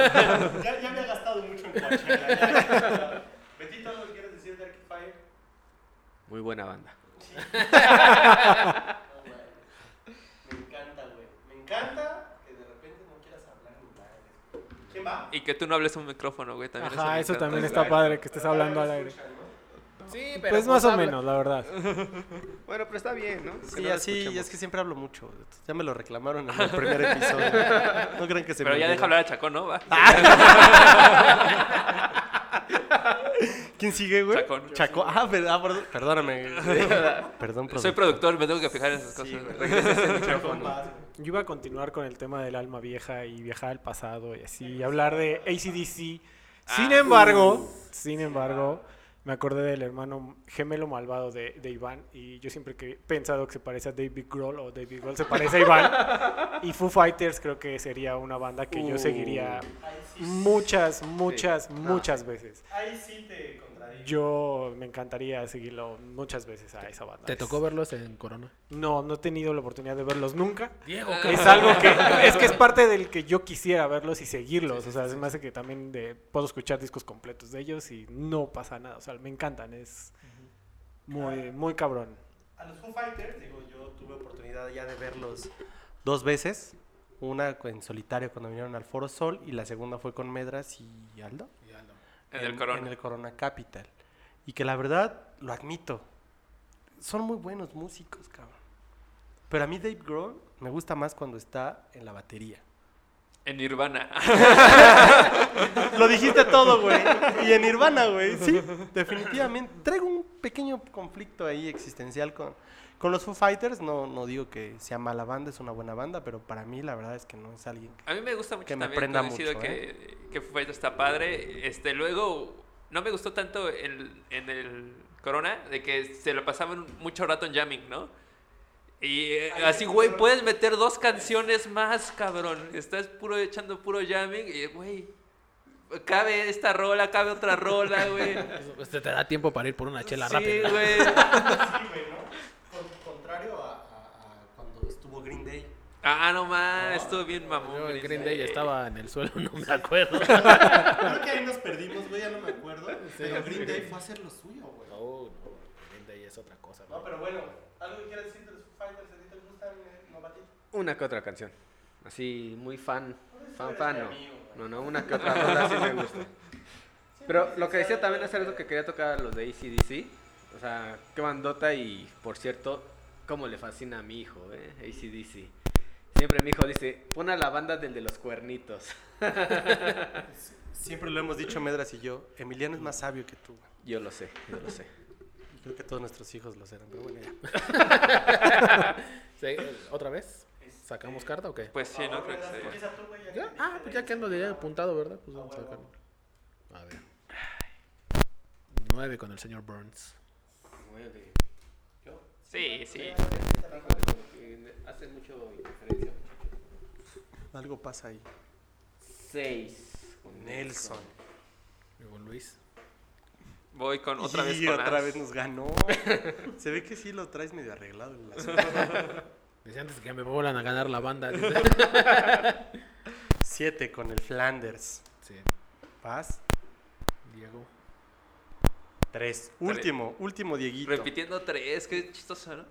S1: Ya, ya me ha gastado mucho en Coachella. Betito, ¿algo quieres decir de Arcade Fire?
S3: Muy buena banda.
S1: Me encanta, güey. Me encanta que de repente no quieras hablar ni nada. ¿Quién va?
S4: Y que tú no hables un micrófono, güey. También
S5: Ajá,
S4: me
S5: eso
S4: encanta.
S5: también está padre que estés hablando al aire.
S3: Sí, pero.
S5: Pues más o menos, la verdad.
S3: Bueno, pero está bien, ¿no? Que no
S1: Sí,
S3: la
S1: así, y
S3: escuchemos.
S1: es que siempre hablo mucho. Ya me lo reclamaron en el primer episodio. No creen que se
S4: Pero
S1: me
S4: ya
S1: olvidó.
S4: deja hablar a Chacón, ¿no? Va.
S1: ¿Quién sigue, güey?
S4: Chacón.
S1: Chacón. Ah, verdad, perdón- perdóname. perdón,
S4: Soy
S1: productor.
S4: productor, me tengo que fijar en esas cosas.
S3: Sí,
S4: güey.
S3: güey, regresa ese micrófono.
S5: Yo iba a continuar con el tema del alma vieja y viajar al pasado y así, y hablar de ACDC. Sin
S4: Ah.
S5: embargo, sin embargo, me acordé del hermano gemelo malvado de, de Iván y yo siempre que he pensado que se parece a David Grohl o David Grohl se parece a Iván. y Foo Fighters creo que sería una banda que yo seguiría muchas, muchas, muchas veces.
S1: Ahí sí te contradigo.
S5: Yo me encantaría seguirlo muchas veces a esa banda.
S2: ¿Te
S5: Es-
S2: tocó verlos en Corona?
S5: No, no he tenido la oportunidad de verlos nunca.
S2: Diego,
S5: Es algo que es que es parte del que yo quisiera verlos y seguirlos. O sea, se me hace que también de- puedo escuchar discos completos de ellos y no pasa nada. O sea, me encantan. Es
S2: Ah.
S5: muy, muy cabrón.
S1: A los Foo Fighters, digo, yo tuve oportunidad ya de verlos dos veces. Una en solitario cuando vinieron al Foro Sol y la segunda fue con Medras y Aldo.
S4: En el corona.
S1: en el Corona Capital. Y que la verdad, lo admito, son muy buenos músicos, cabrón. Pero a mí Dave Grohl me gusta más cuando está en la batería.
S4: En Nirvana.
S1: Lo dijiste todo, güey. Y en Nirvana, güey. Sí, definitivamente. Traigo un pequeño conflicto ahí existencial con, con los Foo Fighters. No, no digo que sea mala banda, es una buena banda, pero para mí la verdad es que no es alguien que...
S4: A mí me gusta mucho
S1: Que me
S4: también.
S1: prenda
S4: coincido
S1: mucho, ¿eh?
S4: que, que Foo Fighters está padre. Este, luego, no me gustó tanto el- en el Corona, de que se lo pasaban mucho rato en jamming, ¿no? Y eh, así, güey, puedes meter dos canciones más, cabrón. Estás puro echando puro jamming y, güey, cabe esta rola, cabe otra rola, güey.
S2: Pues te te da tiempo para ir por una chela
S4: Sí,
S2: rápida.
S4: güey.
S1: Contrario a, cuando estuvo Green Day.
S4: Ah, no más, estuvo bien mamón.
S2: Yo en Green
S4: Day.
S2: Day estaba en el suelo, no me acuerdo.
S1: Creo que ahí nos perdimos, güey, ya no me acuerdo. pero Green Day fue a hacer lo suyo, güey.
S2: No, no, Green Day es otra cosa.
S1: No, pero bueno, algo que quieras decir de los Foo Fighters, ¿a ti te gustan? eh, No, Mati?
S3: Una que otra canción. Así, muy fan. Fan,
S1: eres
S3: fan,
S1: mi
S3: no.
S1: amigo, güey.
S3: No, no, una que otra rola sí me gusta. Pero lo que decía también es algo que quería tocar a los de ACDC. O sea, qué bandota y, por cierto, cómo le fascina a mi hijo, ¿eh? ACDC. Siempre mi hijo dice, pon a la banda del de los cuernitos.
S1: Siempre lo hemos dicho Medras y yo, Emiliano es más sabio que tú, güey.
S3: Yo lo sé, yo lo sé.
S1: Y Creo que todos nuestros hijos lo serán, pero bueno, ya.
S2: Sí, eh, ¿Otra vez? ¿Sacamos carta o qué?
S4: Pues sí, no creo que sea.
S2: Ya, Ah, pues ya que ando de ya apuntado, ¿verdad? Pues vamos a sacarlo. A ver. Nueve con el señor Burns.
S4: Sí, sí.
S3: Hace mucho interferencia.
S1: Algo pasa ahí.
S3: Seis. Eh,
S1: Nelson.
S2: Luego Luis.
S4: Voy con otra vez
S1: Y
S4: con
S1: otra
S4: Ars.
S1: vez nos ganó. Se ve que sí lo traes medio arreglado. el asunto.
S2: Dice antes que me vuelvan a ganar la banda. dice.
S1: Siete con el Flanders.
S2: Sí,
S1: Paz.
S2: Diego.
S1: Tres. Último, último Dieguito.
S4: Repitiendo tres, qué chistoso, ¿no?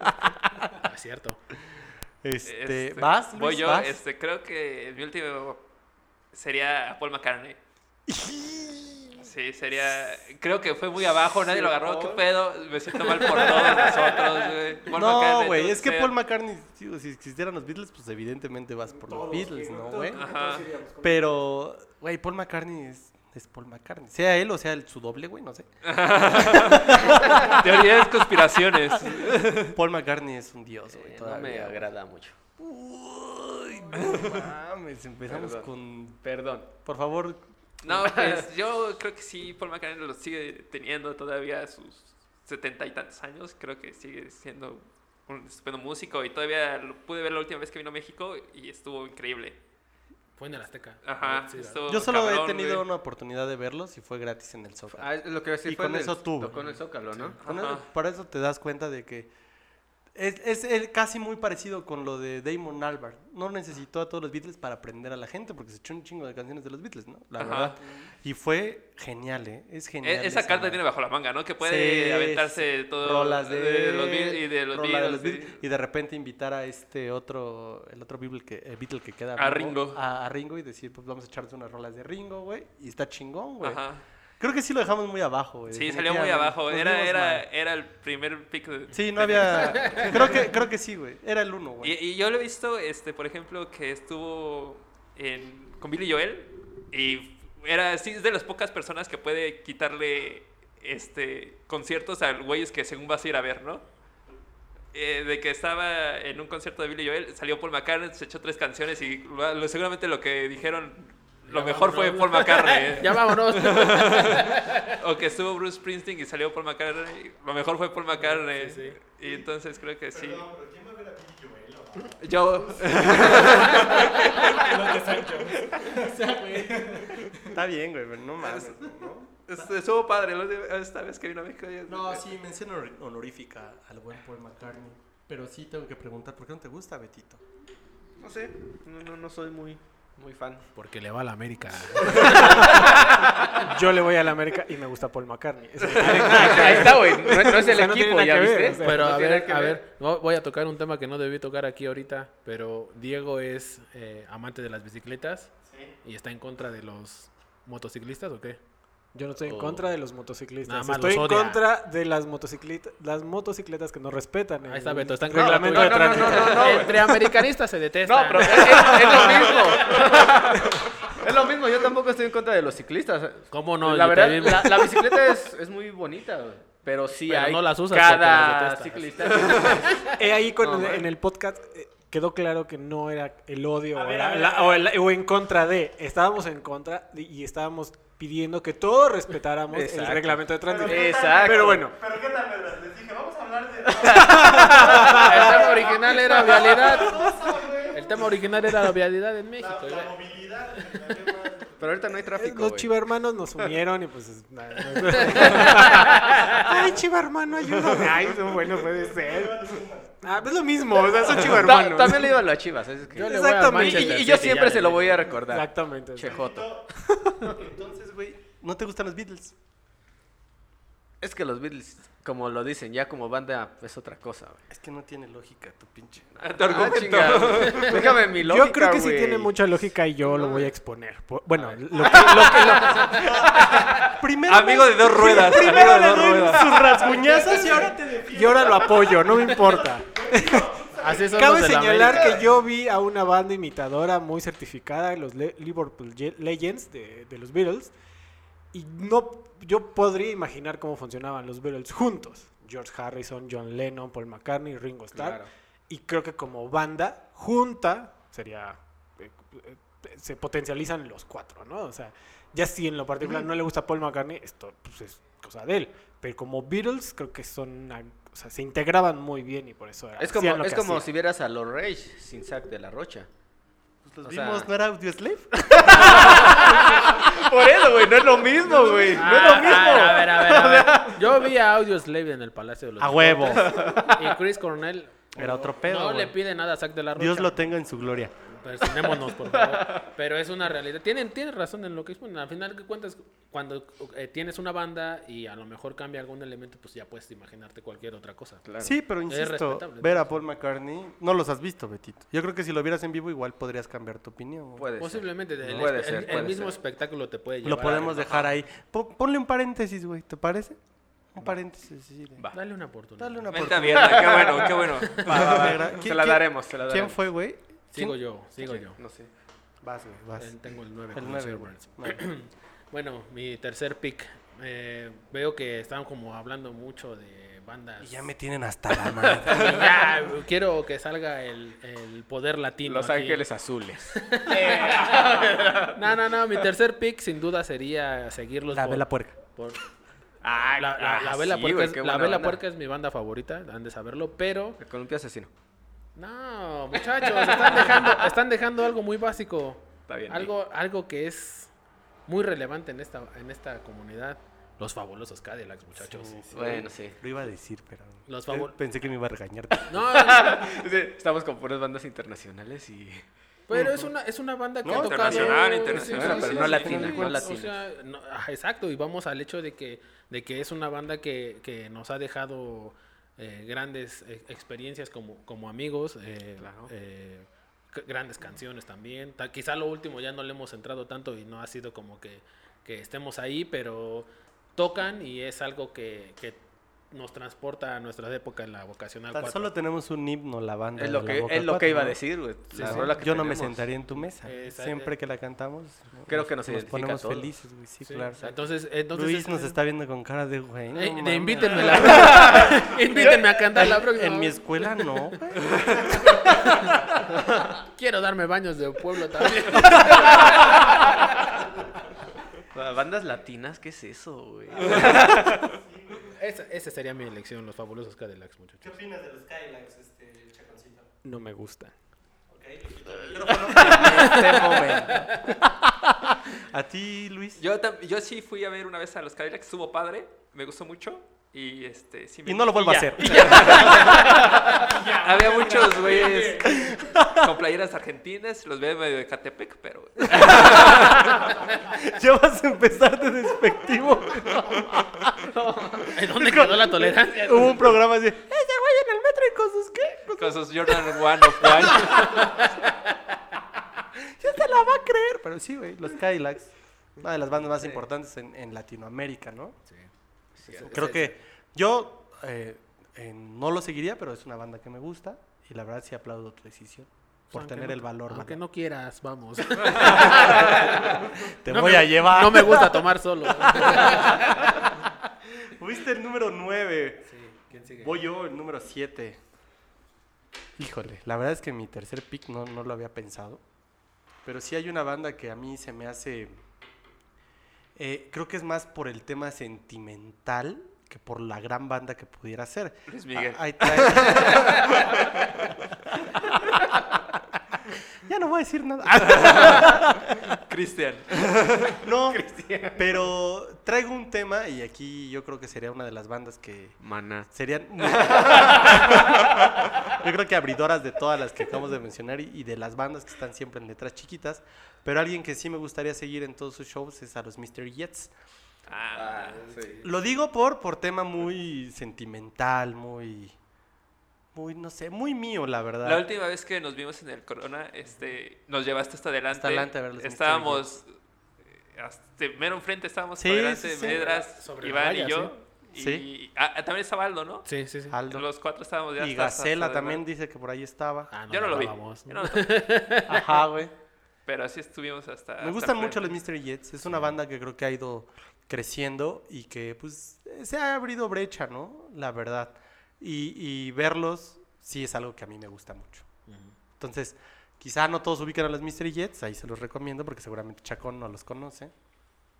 S2: Ah, cierto.
S1: Este,
S4: Este,
S1: ¿Vas? Luis?
S4: Voy yo,
S1: ¿Vas?
S4: este, creo que mi último sería Paul McCartney. Sí, sería. Creo que fue muy abajo, nadie lo agarró. ¿Qué pedo? Me siento mal por todos nosotros, güey. Paul
S1: no,
S4: McCartney,
S1: güey,
S4: tú
S1: es que
S4: sea-
S1: Paul McCartney, tío, si existieran los Beatles, pues evidentemente vas por los Beatles, ¿no, güey?
S4: Ajá.
S1: Pero, güey, Paul McCartney es, es Paul McCartney. Sea él o sea el- su doble, güey, no sé.
S4: Teorías conspiraciones.
S1: Paul McCartney es un dios,
S4: Eh,
S1: güey.
S3: no me
S1: todavía.
S3: agrada mucho.
S1: Uy, no mames, empezamos
S3: Perdón.
S1: con...
S3: Perdón.
S1: Por favor,
S4: No, pues yo creo que sí, Paul McCartney lo sigue teniendo todavía a sus setenta y tantos años. Creo que sigue siendo un estupendo músico y todavía lo pude ver la última vez que vino a México y estuvo increíble. E,
S2: Fue en el Azteca. Ah,
S4: Ajá,
S2: Sí,
S4: estuvo
S1: yo solo
S4: cabrón,
S1: he tenido
S4: güey.
S1: una oportunidad de verlos y fue gratis en el Zócalo.
S3: Ah, es lo que iba a decir
S1: Y
S3: fue
S1: con
S3: en el-
S1: eso tuve.
S3: Tocó en el Zócalo, ¿no?
S1: Con eso-
S4: Ajá.
S1: Para eso te das cuenta de que es, es, el- casi muy parecido con lo de Damon Albarn. No necesitó a todos los Beatles para aprender a la gente porque se echó un chingo de canciones de los Beatles, ¿no? La
S4: Ajá.
S1: verdad. Y fue genial, ¿eh? Es
S4: E-
S1: genial.
S4: Esa carta
S1: madre.
S4: tiene bajo la manga, ¿no? Que puede
S1: Sí,
S4: aventarse todo.
S1: rolas de,
S4: los Beatles y de los
S1: rola de
S4: Beatles.
S1: Beatles,
S4: sí.
S1: y de repente invitar a este otro el otro Beatle que eh, Beatle que queda
S4: A
S1: vivo,
S4: Ringo.
S1: a, a Ringo y decir pues vamos a echarnos unas rolas de Ringo güey y está chingón güey
S4: Ajá.
S1: Creo que sí lo dejamos muy abajo, güey.
S4: Sí, salió muy abajo.
S1: Nos
S4: Era,
S1: vimos
S4: era,
S1: Pues mal.
S4: era el primer pick. de-
S1: Sí, no había. creo, que, creo que sí, güey. Era el uno,
S4: Y,
S1: güey.
S4: y yo lo he visto, este, por ejemplo, que estuvo en- con Billy Joel y era sí, es de las pocas personas que puede quitarle este conciertos al güeyes que según vas a ir a ver, ¿no? Eh, de que estaba en un concierto de Billy Joel, salió Paul McCartney, se echó tres canciones y lo- lo- seguramente lo que dijeron lo
S2: Ya
S4: mejor fue
S2: vámonos.
S4: Paul McCartney. ¿eh?
S2: Ya vámonos.
S4: O que estuvo Bruce Springsteen y salió Paul McCartney. Lo mejor fue Paul McCartney.
S2: Sí, sí.
S4: Y entonces creo que sí.
S1: Está bien, güey, pero no mames.
S4: Este, Estuvo padre la última- esta vez que vino a México. ya-
S1: No, sí, mención honor- honorífica al buen Paul McCartney. Pero sí tengo que preguntar, ¿por qué no te gusta, Betito?
S3: No sé, no, no, no soy muy, muy fan.
S2: Porque le va a la América.
S5: Yo le voy a la América y me gusta Paul McCartney. Eso es-
S2: Ah,
S3: Ahí está, güey. No, no es el
S5: sea, no tiene
S3: equipo,
S5: nada
S3: ¿ya
S5: que ver,
S3: viste?
S5: o sea.
S2: Pero
S3: No
S2: a
S3: tiene
S2: ver,
S3: que
S2: a
S3: ver.
S2: ver, no, voy a tocar un tema que no debí tocar aquí ahorita, pero Diego es eh, amante de las bicicletas y está en contra de los motociclistas o qué?
S5: Yo no estoy en
S2: Oh.
S5: contra de los
S2: Nada
S5: motociclistas.
S2: más
S5: Estoy
S2: los
S5: en
S2: odia.
S5: contra de las motocicletas, las motocicletas que no respetan.
S2: Ahí está Beto, está en contra
S5: reglamento
S2: tuya.
S5: de tránsito.
S2: Entre americanistas se detestan.
S3: No, pero es, es- es lo mismo. es lo mismo, yo tampoco estoy en contra de los ciclistas.
S2: ¿Cómo no?
S3: la
S2: Yo
S3: verdad,
S2: también-
S3: la, la bicicleta es, es muy bonita, güey, Pero sí
S2: Pero
S3: hay
S2: no las usas
S3: cada
S2: porque las
S3: ciclista.
S5: He ahí con
S3: No,
S5: el-
S3: man.
S5: en el podcast eh, quedó claro que no era el odio
S1: A
S5: o,
S1: ver,
S5: la-
S1: a ver,
S5: la-
S1: a ver.
S5: o el- o en contra de. Estábamos en contra de- y estábamos pidiendo que todos respetáramos el
S3: Exacto.
S5: reglamento de tránsito.
S3: Exacto.
S5: Pero bueno,
S1: ¿Pero qué tal, verdad? Les dije, vamos a hablar de.
S2: El tema original era vialidad. El tema original era la vialidad en México. güey.
S1: movilidad.
S3: Pero ahorita no hay
S5: eh,
S3: tráfico.
S5: los
S3: güey.
S5: chivermanos nos unieron y pues. es- nada, no- Ay, chivermano, ayúdame. Ay, eso, bueno, puede ser. Ah, es lo mismo, o sea, son
S3: Ta-
S5: chivermanos.
S3: también le iba a las chivas. es que-
S2: Yo le voy al
S5: Exactamente.
S3: y,
S2: Manchester
S3: y- y yo
S2: City,
S3: siempre
S2: ya
S3: se
S2: le-
S3: lo voy a recordar.
S5: Exactamente.
S3: Chejoto.
S1: Entonces, güey, ¿no te gustan los Beatles?
S3: Es que los Beatles, como lo dicen, ya como banda es otra cosa, güey. Ah,
S1: Es que no tiene lógica tu pinche.
S4: tu argumento.
S3: chinga. Déjame mi lógica,
S5: yo creo que sí
S3: güey.
S5: tiene mucha lógica y yo lo voy a exponer. Po- Bueno, lo que, lo que- lo-
S1: Primero.
S4: Amigo de dos ruedas.
S1: Primero
S4: Amigo de
S1: le
S4: dos
S1: doy
S4: ruedas.
S1: sus rasguñazas y ahora te
S5: y ahora lo apoyo, no me importa.
S2: Así son
S5: Cabe
S2: los de la
S5: señalar
S2: América.
S5: que yo vi a una banda imitadora muy certificada, los Le- Liverpool Ye- Legends de, de los Beatles, y no, yo podría imaginar cómo funcionaban los Beatles juntos. George Harrison, John Lennon, Paul McCartney, Ringo Starr.
S3: Claro.
S5: Y creo que como banda junta sería eh, eh, se potencializan los cuatro, ¿no? O sea, ya si en lo particular no le gusta Paul McCartney, esto pues, es cosa de él. Pero como Beatles creo que son, una- o sea, se integraban muy bien y por eso
S3: Es
S5: hacían
S3: como,
S5: lo
S3: es
S5: que
S3: como
S5: hacían.
S3: si vieras a los Rage sin Zack de la Rocha.
S1: Los
S2: Pues
S3: O sea-
S1: vimos, ¿no era Audioslave?
S3: Por eso, güey, no es lo mismo, güey.
S2: Ah, ah, a ver, a ver, a ver. Yo vi a Audioslave en el Palacio de los
S1: A huevo.
S2: Deportes Y Chris Cornell
S1: Era otro pedo,
S2: No le
S1: güey.
S2: pide nada a Zack de la Rocha.
S1: Dios lo tenga en su gloria.
S2: Persinémonos, por favor. Pero es una realidad. Tienen, tienen razón en lo que exponen. Al final de cuentas, cuando eh, tienes una banda y a lo mejor cambia algún elemento, pues ya puedes imaginarte cualquier otra cosa.
S1: Sí, pero
S2: Es
S1: insisto,
S2: respetable.
S1: ver a Paul McCartney, no los has visto, Betito. Yo creo que si lo vieras en vivo, igual podrías cambiar tu opinión. güey.
S3: Puede ser.
S2: Posiblemente el, este,
S3: Puede
S2: el-
S3: ser,
S2: el
S3: puede
S2: mismo
S3: ser.
S2: espectáculo te puede llevar.
S1: Lo
S2: a-
S1: podemos dejar ahí. Po- ponle un paréntesis, güey, ¿te parece? Un paréntesis, sí. de-
S2: Dale una oportunidad.
S1: Dale una
S4: Mente
S1: oportunidad.
S4: abierta, qué bueno, qué bueno.
S3: Va, va, va.
S1: Negra.
S3: Se
S1: ¿Quién-
S3: la
S1: quién-
S3: daremos, se la daremos.
S1: ¿Quién fue, güey? ¿Quién-
S2: Sigo yo, sigo yo.
S3: No sé.
S1: Vas, güey, vas.
S2: Eh, Tengo el 9.
S1: El 9, güey. No.
S2: Bueno, mi tercer pick. Eh, veo que están como hablando mucho de bandas.
S1: Y ya me tienen hasta la madre.
S2: Ya, quiero que salga el, el poder latino.
S3: Los
S2: aquí.
S3: Ángeles Azules.
S2: No, no, no. Mi tercer pick sin duda sería seguirlos.
S1: La
S2: por-
S1: vela puerca.
S2: por-
S3: Ah,
S2: la, la- la
S3: ah,
S2: vela,
S3: sí,
S2: puerca,
S3: güey,
S2: es,
S3: qué
S2: la
S3: buena
S2: Vela
S3: banda.
S2: Puerca es mi banda favorita, han de saberlo, pero...
S3: El Columpio Asesino.
S2: No, muchachos, están dejando, están dejando algo muy básico.
S3: Está bien.
S2: Algo, algo que es muy relevante en esta, en esta comunidad. Los fabulosos Cadillacs, muchachos.
S3: Bueno, sí.
S1: Lo iba a decir, pero.
S2: Los
S1: Eh,
S2: favor-
S1: Pensé que me iba a regañar.
S2: No, no,
S3: Estamos con puras bandas internacionales y.
S2: pero es una, es una banda que
S4: No,
S2: ha tocado...
S4: internacional,
S2: sí,
S4: internacional,
S3: pero no latina,
S2: al final de
S3: no
S2: cuentas,
S3: latina.
S2: o sea, no, ajá, exacto, y vamos al hecho de que, de que es una banda que, que nos ha dejado eh, grandes eh, experiencias como, como amigos. eh,
S3: Claro.
S2: eh, c- grandes canciones también. Ta- quizá lo último ya no le hemos entrado tanto y no ha sido como que que estemos ahí, pero tocan y es algo que, que nos transporta a nuestras épocas, la vocacional
S1: Tan
S2: 4.
S1: solo tenemos un himno, la banda.
S3: Es lo
S1: de la
S3: que,
S1: Boca
S3: es lo que
S1: Cuatro,
S3: iba a
S1: ¿no?
S3: decir, güey. La
S2: sí.
S3: rola que
S1: Yo no me
S3: tenemos.
S1: sentaría en tu mesa.
S2: Esa-
S1: Siempre que la cantamos, ¿no?
S3: Creo que nos
S1: nos
S3: identifica a
S1: ponemos
S3: todos.
S1: felices, güey. Sí,
S2: Sí,
S1: claro.
S2: Entonces, entonces
S1: Luis
S2: este-
S1: nos está viendo con cara de güey. no
S2: Eh, de-
S1: mames.
S2: invítenme la próxima. invítenme a cantar la próxima.
S1: En mi escuela no. güey.
S2: Quiero darme baños de pueblo también.
S3: Bandas latinas, ¿qué es eso, güey?
S2: esa, esa sería mi elección, los fabulosos Cadillacs, muchachos.
S1: opinas de los Skylax, este chaconcito?
S5: No me gusta.
S3: este
S1: A ti, Luis.
S4: Yo, tam- yo sí fui a ver una vez a los Cadillacs, estuvo padre, me gustó mucho. Y este, sí me-
S1: Y no lo vuelvo a
S4: ya.
S1: hacer.
S4: Había muchos güeyes con playeras argentinas, los veía medio de Catepec, pero.
S1: Ya vas a empezar de despectivo. güey.
S2: ¿En dónde quedó la tolerancia?
S1: Hubo un programa así. Ese güey en el metro y con sus qué? Con
S4: Con sus Jordan One of One.
S1: Ya se la va a creer. Pero sí, güey, los Cadillacs. Una de las bandas más importantes en, en Latinoamérica, ¿no? Creo que yo eh, eh, no lo seguiría, pero es una banda que me gusta. Y la verdad sí aplaudo tu decisión por
S2: Aunque
S1: tener
S2: no-
S1: el valor.
S2: Aunque
S1: banda.
S2: no quieras, vamos.
S1: Te
S2: No
S1: voy
S2: me-
S1: a llevar.
S2: No me gusta tomar solo.
S1: Fuiste el número 9. Voy yo, el número 7. Híjole, la verdad es que mi tercer pick no, no lo había pensado. Pero sí hay una banda que a mí se me hace. eh, creo que es más por el tema sentimental que por la gran banda que pudiera ser.
S4: Luis Miguel.
S1: Ah, ahí trae- ya no voy a decir nada.
S4: Cristian.
S1: no, pero traigo un tema y aquí yo creo que sería una de las bandas que,
S3: Maná.
S1: Serían. muy- Yo creo que abridoras de todas las que acabamos de mencionar y, y de las bandas que están siempre en letras chiquitas. Pero alguien que sí me gustaría seguir en todos sus shows es a los Mr. Jets.
S4: Ah,
S1: Lo digo por, por tema muy sentimental, muy. Muy, no sé, muy mío, la verdad.
S4: La última vez que nos vimos en el Corona, este, nos llevaste hasta adelante.
S1: Hasta adelante a ver los Mr.
S4: Estábamos eh, hasta, mero enfrente, estábamos
S1: Sí,
S4: por delante
S1: sí, sí.
S4: Medras,
S2: Sobre la
S4: Iván
S2: valla,
S4: y yo.
S1: sí.
S4: Y
S1: Sí.
S4: ah, ah, también estaba Aldo, ¿no?
S2: Sí, sí, sí.
S1: Aldo.
S4: Los cuatro estábamos ya
S1: Y
S4: hasta- hasta
S1: Gacela
S4: adelante.
S1: también dice que por ahí estaba.
S2: Ah,
S4: Yo no lo vi.
S2: vamos.
S4: Yo no lo-
S1: Ajá, güey.
S4: pero así estuvimos hasta.
S1: Me
S4: hasta
S1: gustan mucho los
S4: enfrente.
S1: Mr. Jets. Es una banda que creo que ha ido creciendo y que pues eh, se ha abrido brecha, ¿no? La verdad. Y, y verlos sí es algo que a mí me gusta mucho. Entonces, quizá no todos ubican a los Mr. Jets, ahí se los recomiendo porque seguramente Chacón no los conoce.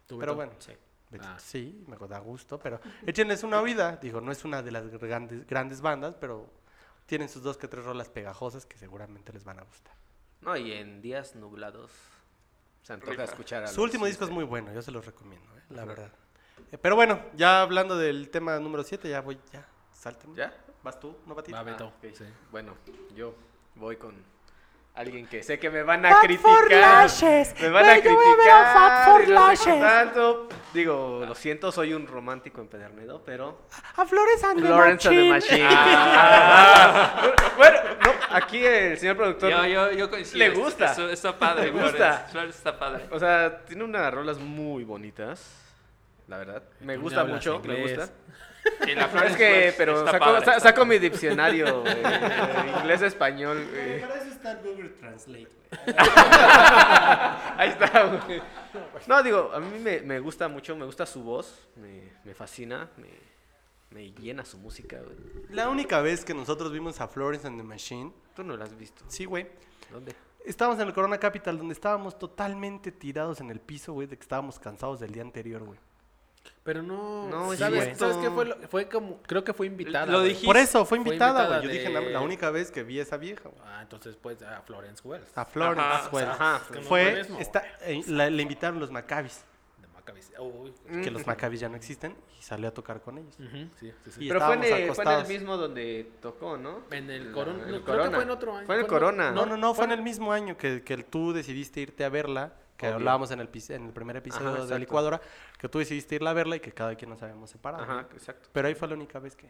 S2: Tú,
S1: Pero
S2: Beto.
S1: bueno.
S2: Sí.
S1: Betito,
S2: Ah.
S1: Sí, me da gusto, pero échenles una oída. Digo, no es una de las grandes, grandes bandas, pero tienen sus dos que tres rolas pegajosas que seguramente les van a gustar.
S3: No, y en días nublados se antoja
S4: Rifa.
S3: escuchar a
S1: Su
S3: los
S1: último disco es
S3: Mister.
S1: muy bueno, yo se los recomiendo, eh, la verdad. Eh, pero bueno, ya hablando del tema número 7, ya voy, ya, sáltame.
S3: ¿Ya?
S1: ¿Vas tú? ¿No, Batito?
S2: Va, Beto.
S3: Ah, ok.
S2: Sí.
S3: Bueno, yo voy con alguien que sé que me van a criticar. Me van a criticar. y no sé qué tanto. Digo, lo siento, soy un romántico empedernido, pero
S1: A Flores and the
S3: Florence and the
S1: Machine.
S3: Machine. Ah. Bueno, no, aquí el señor productor.
S4: Yo, yo, yo coincido.
S3: Le gusta.
S4: Está, está padre.
S3: Le gusta.
S4: Flores, Flores está padre.
S3: O sea, tiene unas rolas muy bonitas. La verdad. Me
S2: Tú ya
S3: gusta
S2: hablas
S3: mucho, me
S2: inglés.
S3: gusta.
S4: Y la
S3: Es
S4: Flores
S3: que,
S4: Flores
S3: pero
S4: Pues, está
S3: saco,
S4: padre,
S3: sa-
S4: está
S3: saco mi diccionario inglés-español.
S1: Para eso está el Google Translate, güey.
S3: Ahí está, güey. No, digo, a mí me, me gusta mucho, me gusta su voz, me, me fascina, me, me llena su música, güey.
S1: La única vez que nosotros vimos a Florence and the Machine,
S3: Tú no la has visto.
S1: sí, güey,
S3: ¿Dónde?
S1: estábamos en el Corona Capital donde estábamos totalmente tirados en el piso, güey, de que estábamos cansados del día anterior, güey.
S2: Pero no,
S3: No, es
S2: ¿sabes,
S1: cierto.
S2: ¿sabes qué fue? lo- fue como, creo que fue invitada.
S4: Lo
S2: güey.
S4: dijiste.
S1: Por eso, fue
S2: Fue
S1: invitada, güey. Yo
S2: invitada
S1: dije, la,
S2: de-
S1: la única vez que vi a esa vieja, güey.
S2: Ah, entonces pues a Florence Wells.
S1: A Florence,
S4: Ajá,
S1: güey.
S3: Ajá.
S2: Es que no
S1: Fue,
S2: lo mismo,
S1: está- eh, la- le invitaron los Maccabees,
S2: De Maccabees. Uy.
S1: que
S3: Mm.
S1: los Maccabees ya no existen, y salió a tocar con ellos.
S2: Ujú, sí, sí, sí.
S1: Y
S3: Pero fue
S1: estábamos
S3: en, el, fue en el
S1: acostados.
S3: mismo donde tocó, ¿no?
S2: En el
S3: La-
S2: Corona.
S3: en el
S2: Creo que
S3: Corona.
S2: fue en otro año.
S3: Fue en el
S2: Fue en-
S3: Corona.
S1: No, no, no, fue en el mismo año que, que tú decidiste irte a verla, que
S3: Obvio.
S1: hablábamos en el, pis- en el primer episodio de la
S3: exacto.
S1: licuadora, que tú decidiste irla a verla y que cada quien nos habíamos separado.
S3: Ajá,
S1: ¿no?
S3: exacto.
S1: Pero ahí fue la única vez que,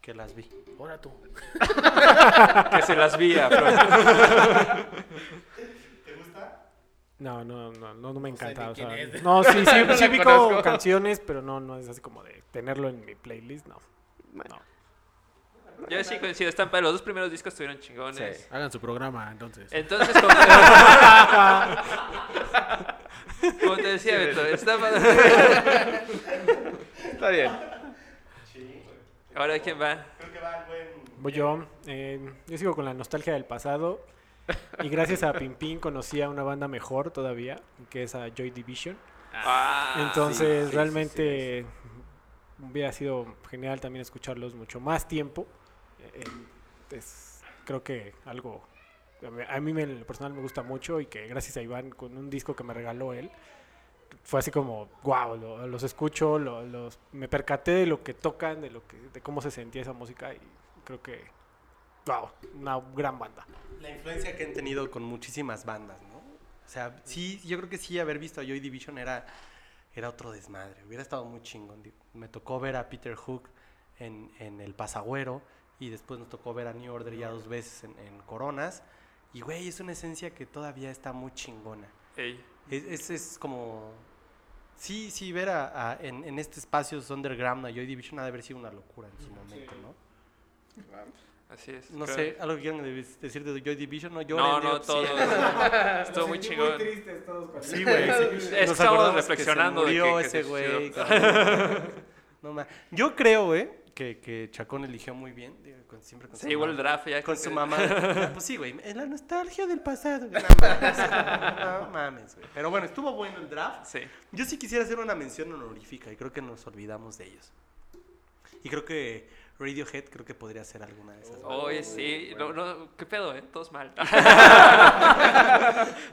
S1: que las vi.
S2: Ahora tú.
S4: padre. Que se las vi a Flores.
S5: No, no, no, no, no me
S2: No sé
S5: encanta.
S2: ni
S5: o sea,
S2: quién es.
S5: no, sí, sí,
S3: No
S5: sí
S3: la
S5: ubico
S3: conozco.
S5: canciones, pero no, no es así como de tenerlo en mi playlist, no. No.
S4: Yo sí coincido, están padres. Los dos primeros discos estuvieron chingones.
S3: Sí.
S2: Hagan su programa, entonces.
S1: Eh.
S4: Entonces, como te, como te decía, Beto, está padre.
S3: Está bien.
S4: Ahora, ¿quién va?
S1: Creo que va el buen...
S5: Voy yo, eh, yo sigo con la nostalgia del pasado. Y gracias a Pimpín conocí a una banda mejor todavía, que es a Joy Division.
S4: Ah,
S5: Entonces,
S3: sí, sí,
S5: realmente hubiera sido genial también escucharlos mucho más tiempo. Eh, eh, es, creo que algo a mí- a mí me- en lo personal me gusta mucho y que gracias a Iván con un disco que me regaló él fue así como wow los escucho lo- los me percaté de lo que tocan de lo que de cómo se sentía esa música y creo que wow una gran banda
S1: La influencia que han tenido con muchísimas bandas, ¿no? O sea, sí, yo creo que sí haber visto a Joy Division era, era otro desmadre. Hubiera estado muy chingón. digo. Me tocó ver a Peter Hook en, en El Pasagüero y después nos tocó ver a New Order ya dos veces en, en Coronas. Y, güey, es una esencia que todavía está muy chingona.
S4: ey.
S1: Es, es, es como... Sí, sí, ver a, a- en, en este espacio underground a Joy Division ha de haber sido una locura en su momento, ¿no?
S4: Así es.
S1: No
S4: creo.
S1: sé, ¿algo que quieran de- decir de Joy Division? No, lloren,
S4: No, no,
S1: digo, sí.
S4: todo. Ah, Estuvo muy chingón.
S5: tristes todos con
S1: Sí, güey. sí.
S4: Es que
S1: Nos
S4: estábamos
S1: acordamos
S4: reflexionando
S1: que
S4: de
S1: se
S4: que-
S1: murió
S4: que
S1: ese
S4: se
S1: güey.
S4: suicidó.
S1: cabrón. No ma- Yo creo, güey, que, que Chacón eligió muy bien. digo, con- siempre con
S4: Sí,
S1: su
S4: igual el
S1: mamá.
S4: draft
S1: Con
S4: ya. creo
S1: su
S4: que-
S1: mamá. Pues sí, güey. Es la nostalgia del pasado. güey. No mames, no mames, güey. Pero bueno, estuvo bueno el draft.
S4: Sí.
S1: Yo sí quisiera hacer una mención honorífica y creo que nos olvidamos de ellos. Y creo que Radiohead creo que podría ser alguna de esas.
S4: Oye, sí. No, no, ¿Qué pedo, eh? Todos mal.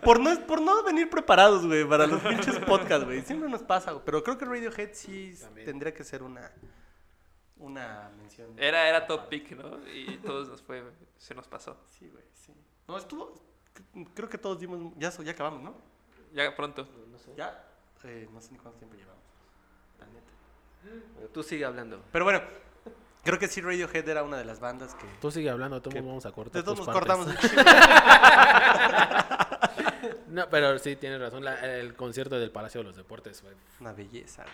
S1: Por no, por no venir preparados, güey, para los pinches podcasts, güey. Siempre nos pasa, güey. Pero creo que Radiohead sí s-
S2: También.
S1: tendría que ser una, una mención.
S4: Era, era top pick, ¿no? Y todos nos fue. Se nos pasó.
S1: Sí, güey, sí. No, estuvo... c- Creo que todos dimos... Ya, so- ya acabamos, ¿no?
S4: Ya pronto.
S1: Ya. eh, no sé ni cuánto tiempo llevamos. La neta.
S3: Tú sigue hablando.
S1: Pero bueno, creo que sí Radiohead era una de las bandas que...
S2: Tú sigue hablando, todos
S1: ¿Qué?
S2: vamos a cortar.
S1: De todos
S2: tus
S1: nos
S2: partes.
S1: cortamos un chingo.
S2: No, pero sí, tienes razón. la- el concierto del Palacio de los Deportes fue
S1: Una belleza, güey.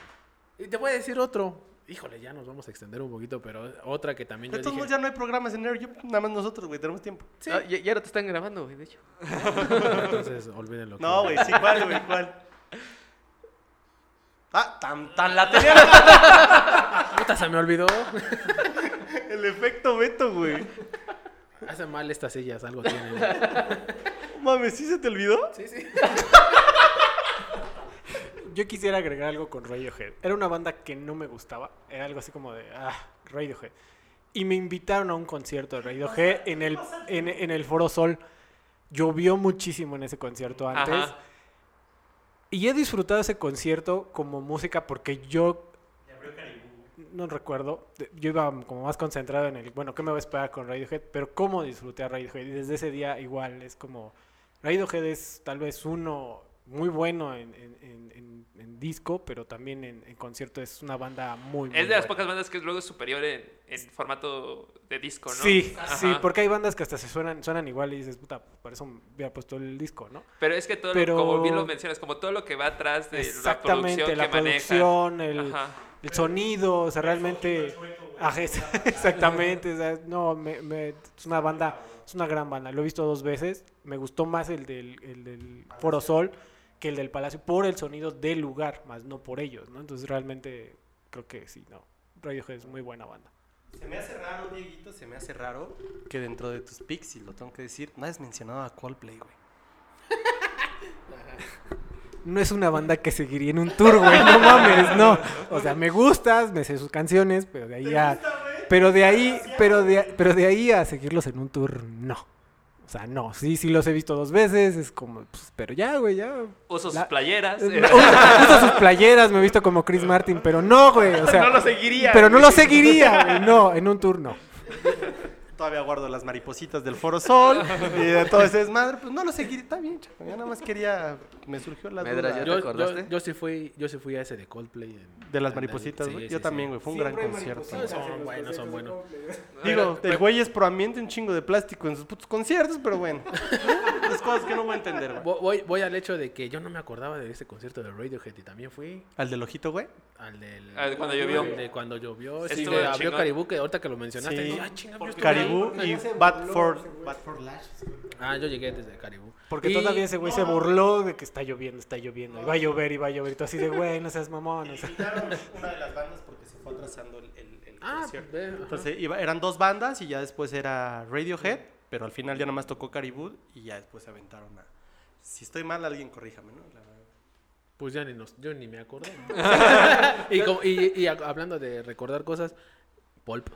S2: Y te voy a decir otro. Híjole, ya nos vamos a extender un poquito, pero otra que también
S1: De
S2: yo
S1: todos
S2: dije...
S1: modos, ya no hay programas en Air. Nada más nosotros, güey. Tenemos tiempo.
S2: Sí.
S3: Ah, ya, ya no te están grabando, güey, de hecho.
S2: Entonces, olvídenlo. que-
S1: No, güey, sí, cuál, güey, cuál. Ah, tan, tan la tenía
S2: Puta, se me olvidó.
S1: el efecto Beto, güey.
S2: Hace mal estas sillas, algo tienen.
S1: Mames, ¿sí se te olvidó?
S2: Sí, sí.
S5: Yo quisiera agregar algo con Radiohead. Era una banda que no me gustaba. Era algo así como de, ah, Radiohead. Y me invitaron a un concierto de Radiohead en el, en, en el Foro Sol. Llovió muchísimo en ese concierto antes.
S4: Ajá.
S5: Y he disfrutado ese concierto como música porque yo... No recuerdo. Yo iba como más concentrado en el, bueno, ¿qué me va a esperar con Radiohead? Pero cómo disfruté a Radiohead. Y desde ese día igual es como... Radiohead es tal vez uno muy bueno en, en- en- en- en disco, pero también en, en concierto es una banda muy... muy
S4: Es de las
S5: buena.
S4: pocas bandas que es luego superior en, en formato de disco, ¿no?
S5: Sí, sí,
S4: Ajá.
S5: porque hay bandas que hasta se suenan, suenan igual y dices, puta, para eso hubiera puesto el disco, ¿no?
S4: Pero es que todo, lo-
S5: Pero-
S4: como bien lo mencionas, como todo lo que va atrás de la
S5: Exactamente,
S4: producción
S5: la
S4: que maneja.
S5: producción, el,
S4: Ajá.
S5: el sonido, o sea, realmente... Ajá, es- exactamente, o sea, no, me- me- es una banda, es una gran banda, lo he visto dos veces, me gustó más el del, el del Foro Sol que el del Palacio por el sonido del lugar, más no por ellos, ¿no? Entonces realmente creo que sí, no, Radiohead es muy buena banda.
S1: Se me hace raro, Dieguito, se me hace raro que dentro de tus picks, y lo tengo que decir, no has mencionado a Coldplay, güey.
S5: No es una banda que seguiría en un tour, güey, no mames, no. O sea, me gustas, me sé sus canciones, pero de ahí a... Pero de ahí, pero de, pero de ahí a seguirlos en un tour, no. O sea, no, sí, sí los he visto dos veces, es como, pues, pero ya, güey, ya,
S4: Uso sus
S5: La-
S4: playeras.
S5: Eh,
S4: eh,
S5: Uso, uso sus playeras, me he visto como Chris Martin, pero no, güey. O sea,
S3: No lo seguiría,
S5: Pero no
S3: güey.
S5: lo seguiría, güey, No, en un turno.
S1: Todavía guardo las maripositas del Foro Sol y de todo ese desmadre. Pues no lo seguiré, está bien, chaco. Yo nada más quería me surgió la duda.
S3: Medra, ¿ya te
S2: Yo,
S3: acordaste?
S2: yo, yo sí fui, yo sí fui a ese de Coldplay. en-
S1: De las
S2: en-
S1: maripositas,
S2: sí,
S1: güey.
S2: sí,
S1: Yo
S2: sí.
S1: también, güey. Fue un gran concierto.
S2: maripositas. Son buenos, son buenos.
S1: Digo,
S2: Pero-
S1: el güey es proamiente un chingo de plástico en sus putos conciertos, pero bueno. Las cosas que no voy a entender, güey.
S2: Vo- Voy, voy al hecho de que yo no me acordaba de ese concierto de Radiohead y también fui
S1: Al del ojito, güey.
S2: al del...
S4: Ah, de cuando llovió.
S2: De cuando llovió. Sí,
S4: Estuvo
S2: que abrió
S4: chingón.
S2: Caribú, que ahorita que lo mencionaste.
S1: Sí.
S2: dije, "Ah, chinga, yo estuve ahí".
S1: Caribú y Bad for, Bad for
S2: Ah, yo llegué desde Caribú.
S5: Porque
S2: Y-
S5: todavía ese güey se burló de que está lloviendo, está lloviendo, y va a llover, y va a llover, y tú así de, güey, no seas mamón. o sea.
S1: una de las bandas porque se fue atrasando el,
S2: Ah, ve, ajá.
S1: Entonces iba- eran dos bandas y ya después era Radiohead, pero al final ya nomás tocó Caribú y ya después se aventaron a... Si estoy mal, alguien corríjame, ¿no? La-
S2: Pues ya ni nos, yo ni me acuerdo. y, como- y- y a- hablando de recordar cosas, Pulp.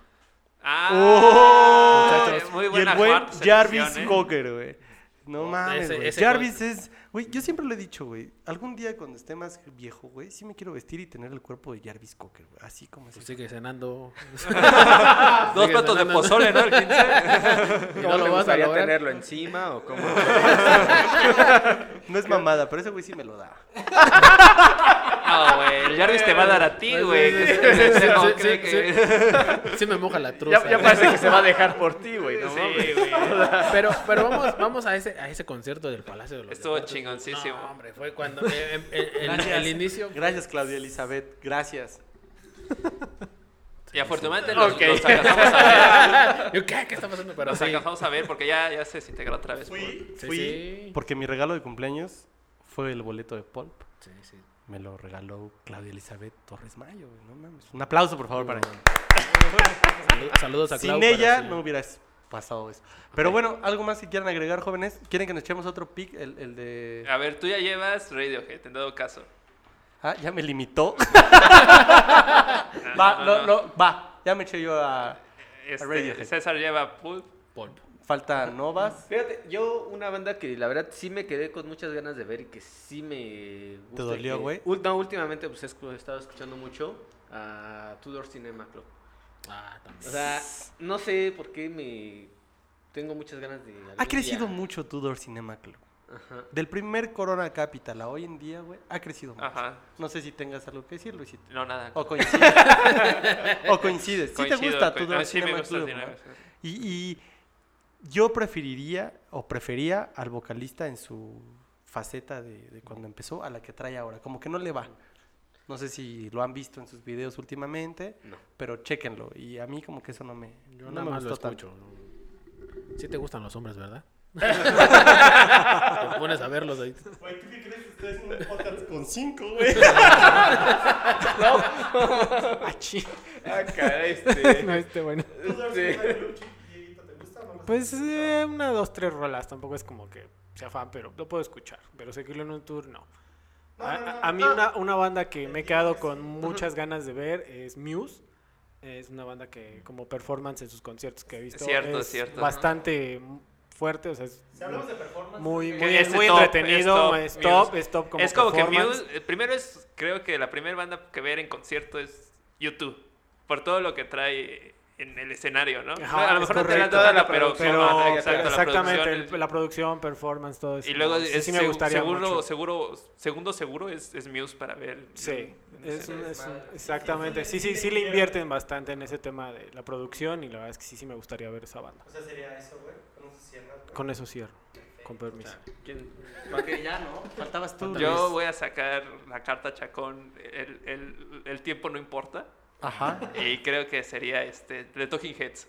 S4: Ah,
S2: Ah,
S1: ¡Oh!
S4: muy
S1: y
S4: buena
S1: el buen
S4: cuarta selección,
S1: Jarvis
S4: ¿eh?
S1: Cocker, güey. No mames,
S2: ese-
S1: güey.
S2: ese
S1: Jarvis es... Güey, yo siempre lo he dicho, güey. Algún día cuando esté más viejo, güey, sí me quiero vestir y tener el cuerpo de Jarvis Cocker, güey. Así como es.
S2: Pues sigue cenando.
S4: Dos
S2: Sigue
S4: platos de
S2: cenando.
S4: pozole, ¿no? El 15.
S2: ¿Y
S3: ¿Cómo
S2: no
S3: te
S2: lo vas a
S3: gustaría
S2: lograr?
S3: tenerlo encima o cómo?
S1: No es mamada, pero ese güey sí me lo da.
S4: No, güey. El Jarvis te va a dar a ti,
S2: Sí,
S4: güey.
S2: sí, sí, sí,
S4: No,
S2: sí,
S4: cree
S2: sí,
S4: que-
S2: Sí me moja la truza.
S3: ya, ya parece que se va a dejar por ti, güey. No mames.
S4: Sí, güey.
S2: Pero, pero vamos, vamos a ese, a ese concierto del Palacio de los
S4: Estuvo
S2: Deportes.
S4: chingoncísimo.
S2: No, hombre, fue cuando eh, em- el- el-
S1: Gracias.
S2: el inicio
S1: Gracias, Claudia Elizabeth. Gracias.
S4: Y afortunadamente los,
S3: Ok.
S4: los alcanzamos a ver.
S2: Yo, ¿Qué? ¿Qué está pasando? Pero
S4: Los
S2: sí.
S4: alcanzamos a ver porque ya, ya se desintegró otra vez.
S1: Fui,
S2: Sí,
S1: fui,
S2: sí.
S1: porque mi regalo de cumpleaños fue el boleto de Pulp.
S2: Sí, sí.
S1: Me lo regaló Claudia Elizabeth Torres Mayo. güey, no mames. Un aplauso, por favor, para ella.
S2: Salu- Saludos a Clau.
S1: Sin
S2: para
S1: ella
S2: su-
S1: no hubieras pasado eso. Pero bueno, algo más que quieran agregar, jóvenes. ¿Quieren que nos echemos otro pick? El, el
S4: por-
S1: de...
S4: A ver, tú ya llevas Radiohead, en dado caso.
S1: Ah, ya me limitó.
S4: No,
S1: va,
S4: no,
S1: lo-
S4: no.
S1: lo- va. Ya me eché yo a...
S4: Este,
S1: Radiohead.
S4: César lleva Pulp.
S2: Pulp.
S1: Falta Novas.
S3: Fíjate, yo una banda que la verdad sí me quedé con muchas ganas de ver y que sí me gusta. y
S1: dolió,
S3: que-
S1: güey?
S3: Ul- No, últimamente pues he escu- he estado escuchando mucho a Tudor Cinema Club.
S2: Ah, también.
S3: O sea, no sé por qué me... Tengo muchas ganas de...
S1: Ha crecido mucho Tudor Cinema Club.
S3: mucho.
S1: Del primer Corona Capital a hoy en día, güey, ha crecido
S2: Ah,
S1: mucho.
S4: Ajá.
S1: No sé si tengas algo que decir, Luisito.
S4: No, nada.
S1: O coincides. o coincides. Si te
S4: Coincido,
S1: gusta
S4: co-
S1: tu
S4: ah, Sí, me gusta el
S1: Cinema
S4: dinero.
S1: Club, ¿no? Y, y yo preferiría o prefería al vocalista en su faceta de, de cuando empezó a la que trae ahora. Como que no le va. No sé si lo han visto en sus videos últimamente,
S3: No.
S1: pero chéquenlo. Y a mí como que eso no me,
S2: Yo
S1: no
S2: nada
S1: me
S2: más lo
S1: gustó tanto.
S2: escucho. ¿no? Sí te gustan los hombres, ¿verdad? te pones a verlos ahí.
S1: Güey, ¿tú qué crees que ustedes en un podcast con cinco, güey?
S3: Ah, caray, este...
S5: No, este bueno.
S3: este,
S5: Pues eh, una, dos, tres rolas. Tampoco es como que sea fan, pero lo puedo escuchar. Pero seguirlo en un tour, no. A, a- a mí una, una banda que me he quedado con muchas ganas de ver es Muse. Es una banda que como performance en sus conciertos que he visto
S4: Cierto,
S5: es
S4: cierto.
S5: bastante fuerte. O sea, es
S1: hablamos de performance...
S5: muy, muy,
S4: Es
S5: es muy
S4: top,
S5: entretenido.
S4: es
S5: Es
S4: top,
S5: top,
S4: Muse.
S5: es top como
S4: es como que
S5: performance.
S4: Muse, eh, primero es, creo que la primera banda que ver en concierto es YouTube, por todo lo que trae en el escenario, ¿no?
S5: Ajá,
S4: a lo
S5: es
S4: mejor no te la
S5: correcto.
S4: toda la
S3: Pero-
S4: producción,
S5: Pero,
S4: ajá,
S5: pero
S4: exacto, la
S5: exactamente, el- la
S4: producción,
S5: producción, performance, todo eso.
S4: y luego
S5: Sí,
S4: es
S5: sí me
S4: seg-
S5: gustaría
S4: seguro,
S5: mucho.
S4: seguro, segundo seguro es, es Muse para ver.
S5: Sí,
S4: en
S5: es
S4: escenario.
S5: un- es un- exactamente. Sí, sí, sí le invierten bastante en ese tema de la producción y la verdad es que sí, sí me gustaría ver esa banda.
S1: O sea, sería eso, güey. No se cierra.
S5: Con eso cierro, con permiso.
S3: ¿quién?
S1: Porque ya, ¿no? Faltabas tú.
S4: Yo
S1: Luis.
S4: voy a sacar la carta chacón, el, el- el tiempo no importa,
S1: Ajá.
S4: y creo que sería este, The Talking Heads.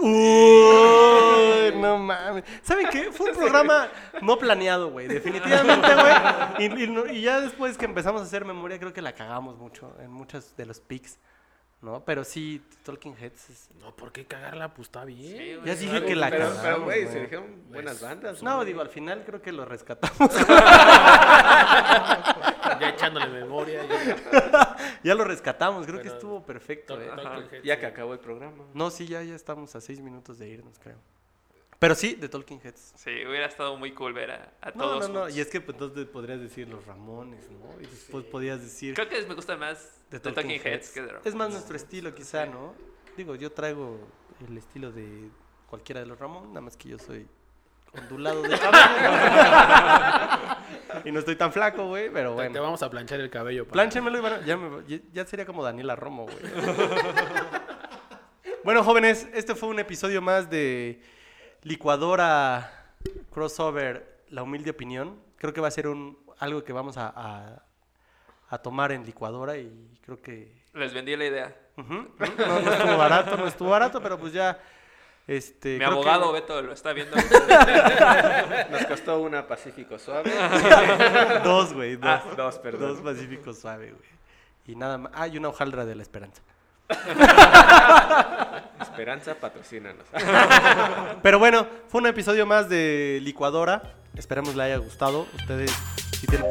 S1: Uy, no mames. ¿Saben qué? Fue un programa no planeado, güey. Definitivamente, güey. Y, y no- y ya después que empezamos a hacer memoria, creo que la cagamos mucho en muchos de los pics, ¿no? Pero sí, Talking Heads es-
S2: No, ¿por qué cagarla? Pues está bien.
S4: Sí, güey.
S1: Ya dije que la
S3: Pero, pero,
S1: cagamos,
S3: güey,
S1: güey.
S3: se dijeron
S1: Pues,
S3: buenas bandas.
S1: No,
S3: güey.
S1: digo, al final creo que lo rescatamos.
S2: Ya echándole memoria. ya-
S1: ya lo rescatamos, creo que
S2: Pero-
S1: estuvo perfecto, eh.
S4: Ajá.
S2: Talking Heads,
S3: Ya
S2: sí.
S3: que acabó el programa.
S1: No, sí, ya, ya estamos a seis minutos de irnos, creo. Pero sí, de Talking Heads.
S4: Sí, hubiera estado muy cool ver a, a
S1: No,
S4: todos.
S1: no, no.
S4: juntos.
S1: Y es que pues, entonces podrías decir los Ramones, ¿no? Y después podrías decir...
S4: Creo que me gusta más The, Talking, Heads, que The Ramones.
S1: Es más nuestro estilo, quizá, ¿no? Digo, yo traigo el estilo de cualquiera de los Ramón, nada más que yo soy ondulado de cabello. Y no estoy tan flaco, güey, pero
S2: Te- Te
S1: bueno.
S2: vamos a planchar el cabello. pa.
S1: Plánchemelo y bueno, ya, me- ya- ya sería como Daniela Romo, güey. bueno, jóvenes, este fue un episodio más de Licuadora Crossover, La Humilde Opinión. Creo que va a ser un, algo que vamos a, a- a tomar en licuadora y creo que...
S4: Les vendí la idea.
S1: ujú, ujú, no, no estuvo barato, no estuvo barato, pero pues ya... Este,
S4: Mi
S1: creo que-
S4: abogado Beto lo está viendo.
S3: Nos costó una Pacífico suave.
S1: dos, güey. Dos,
S3: Ah, dos, perdón.
S1: Dos pacíficos suave, güey. Y nada más. Ah, y una hojaldra de la esperanza.
S3: Esperanza, patrocínanos.
S1: Pero bueno, fue un episodio más de Licuadora. Esperemos le haya gustado. Ustedes, si tienen.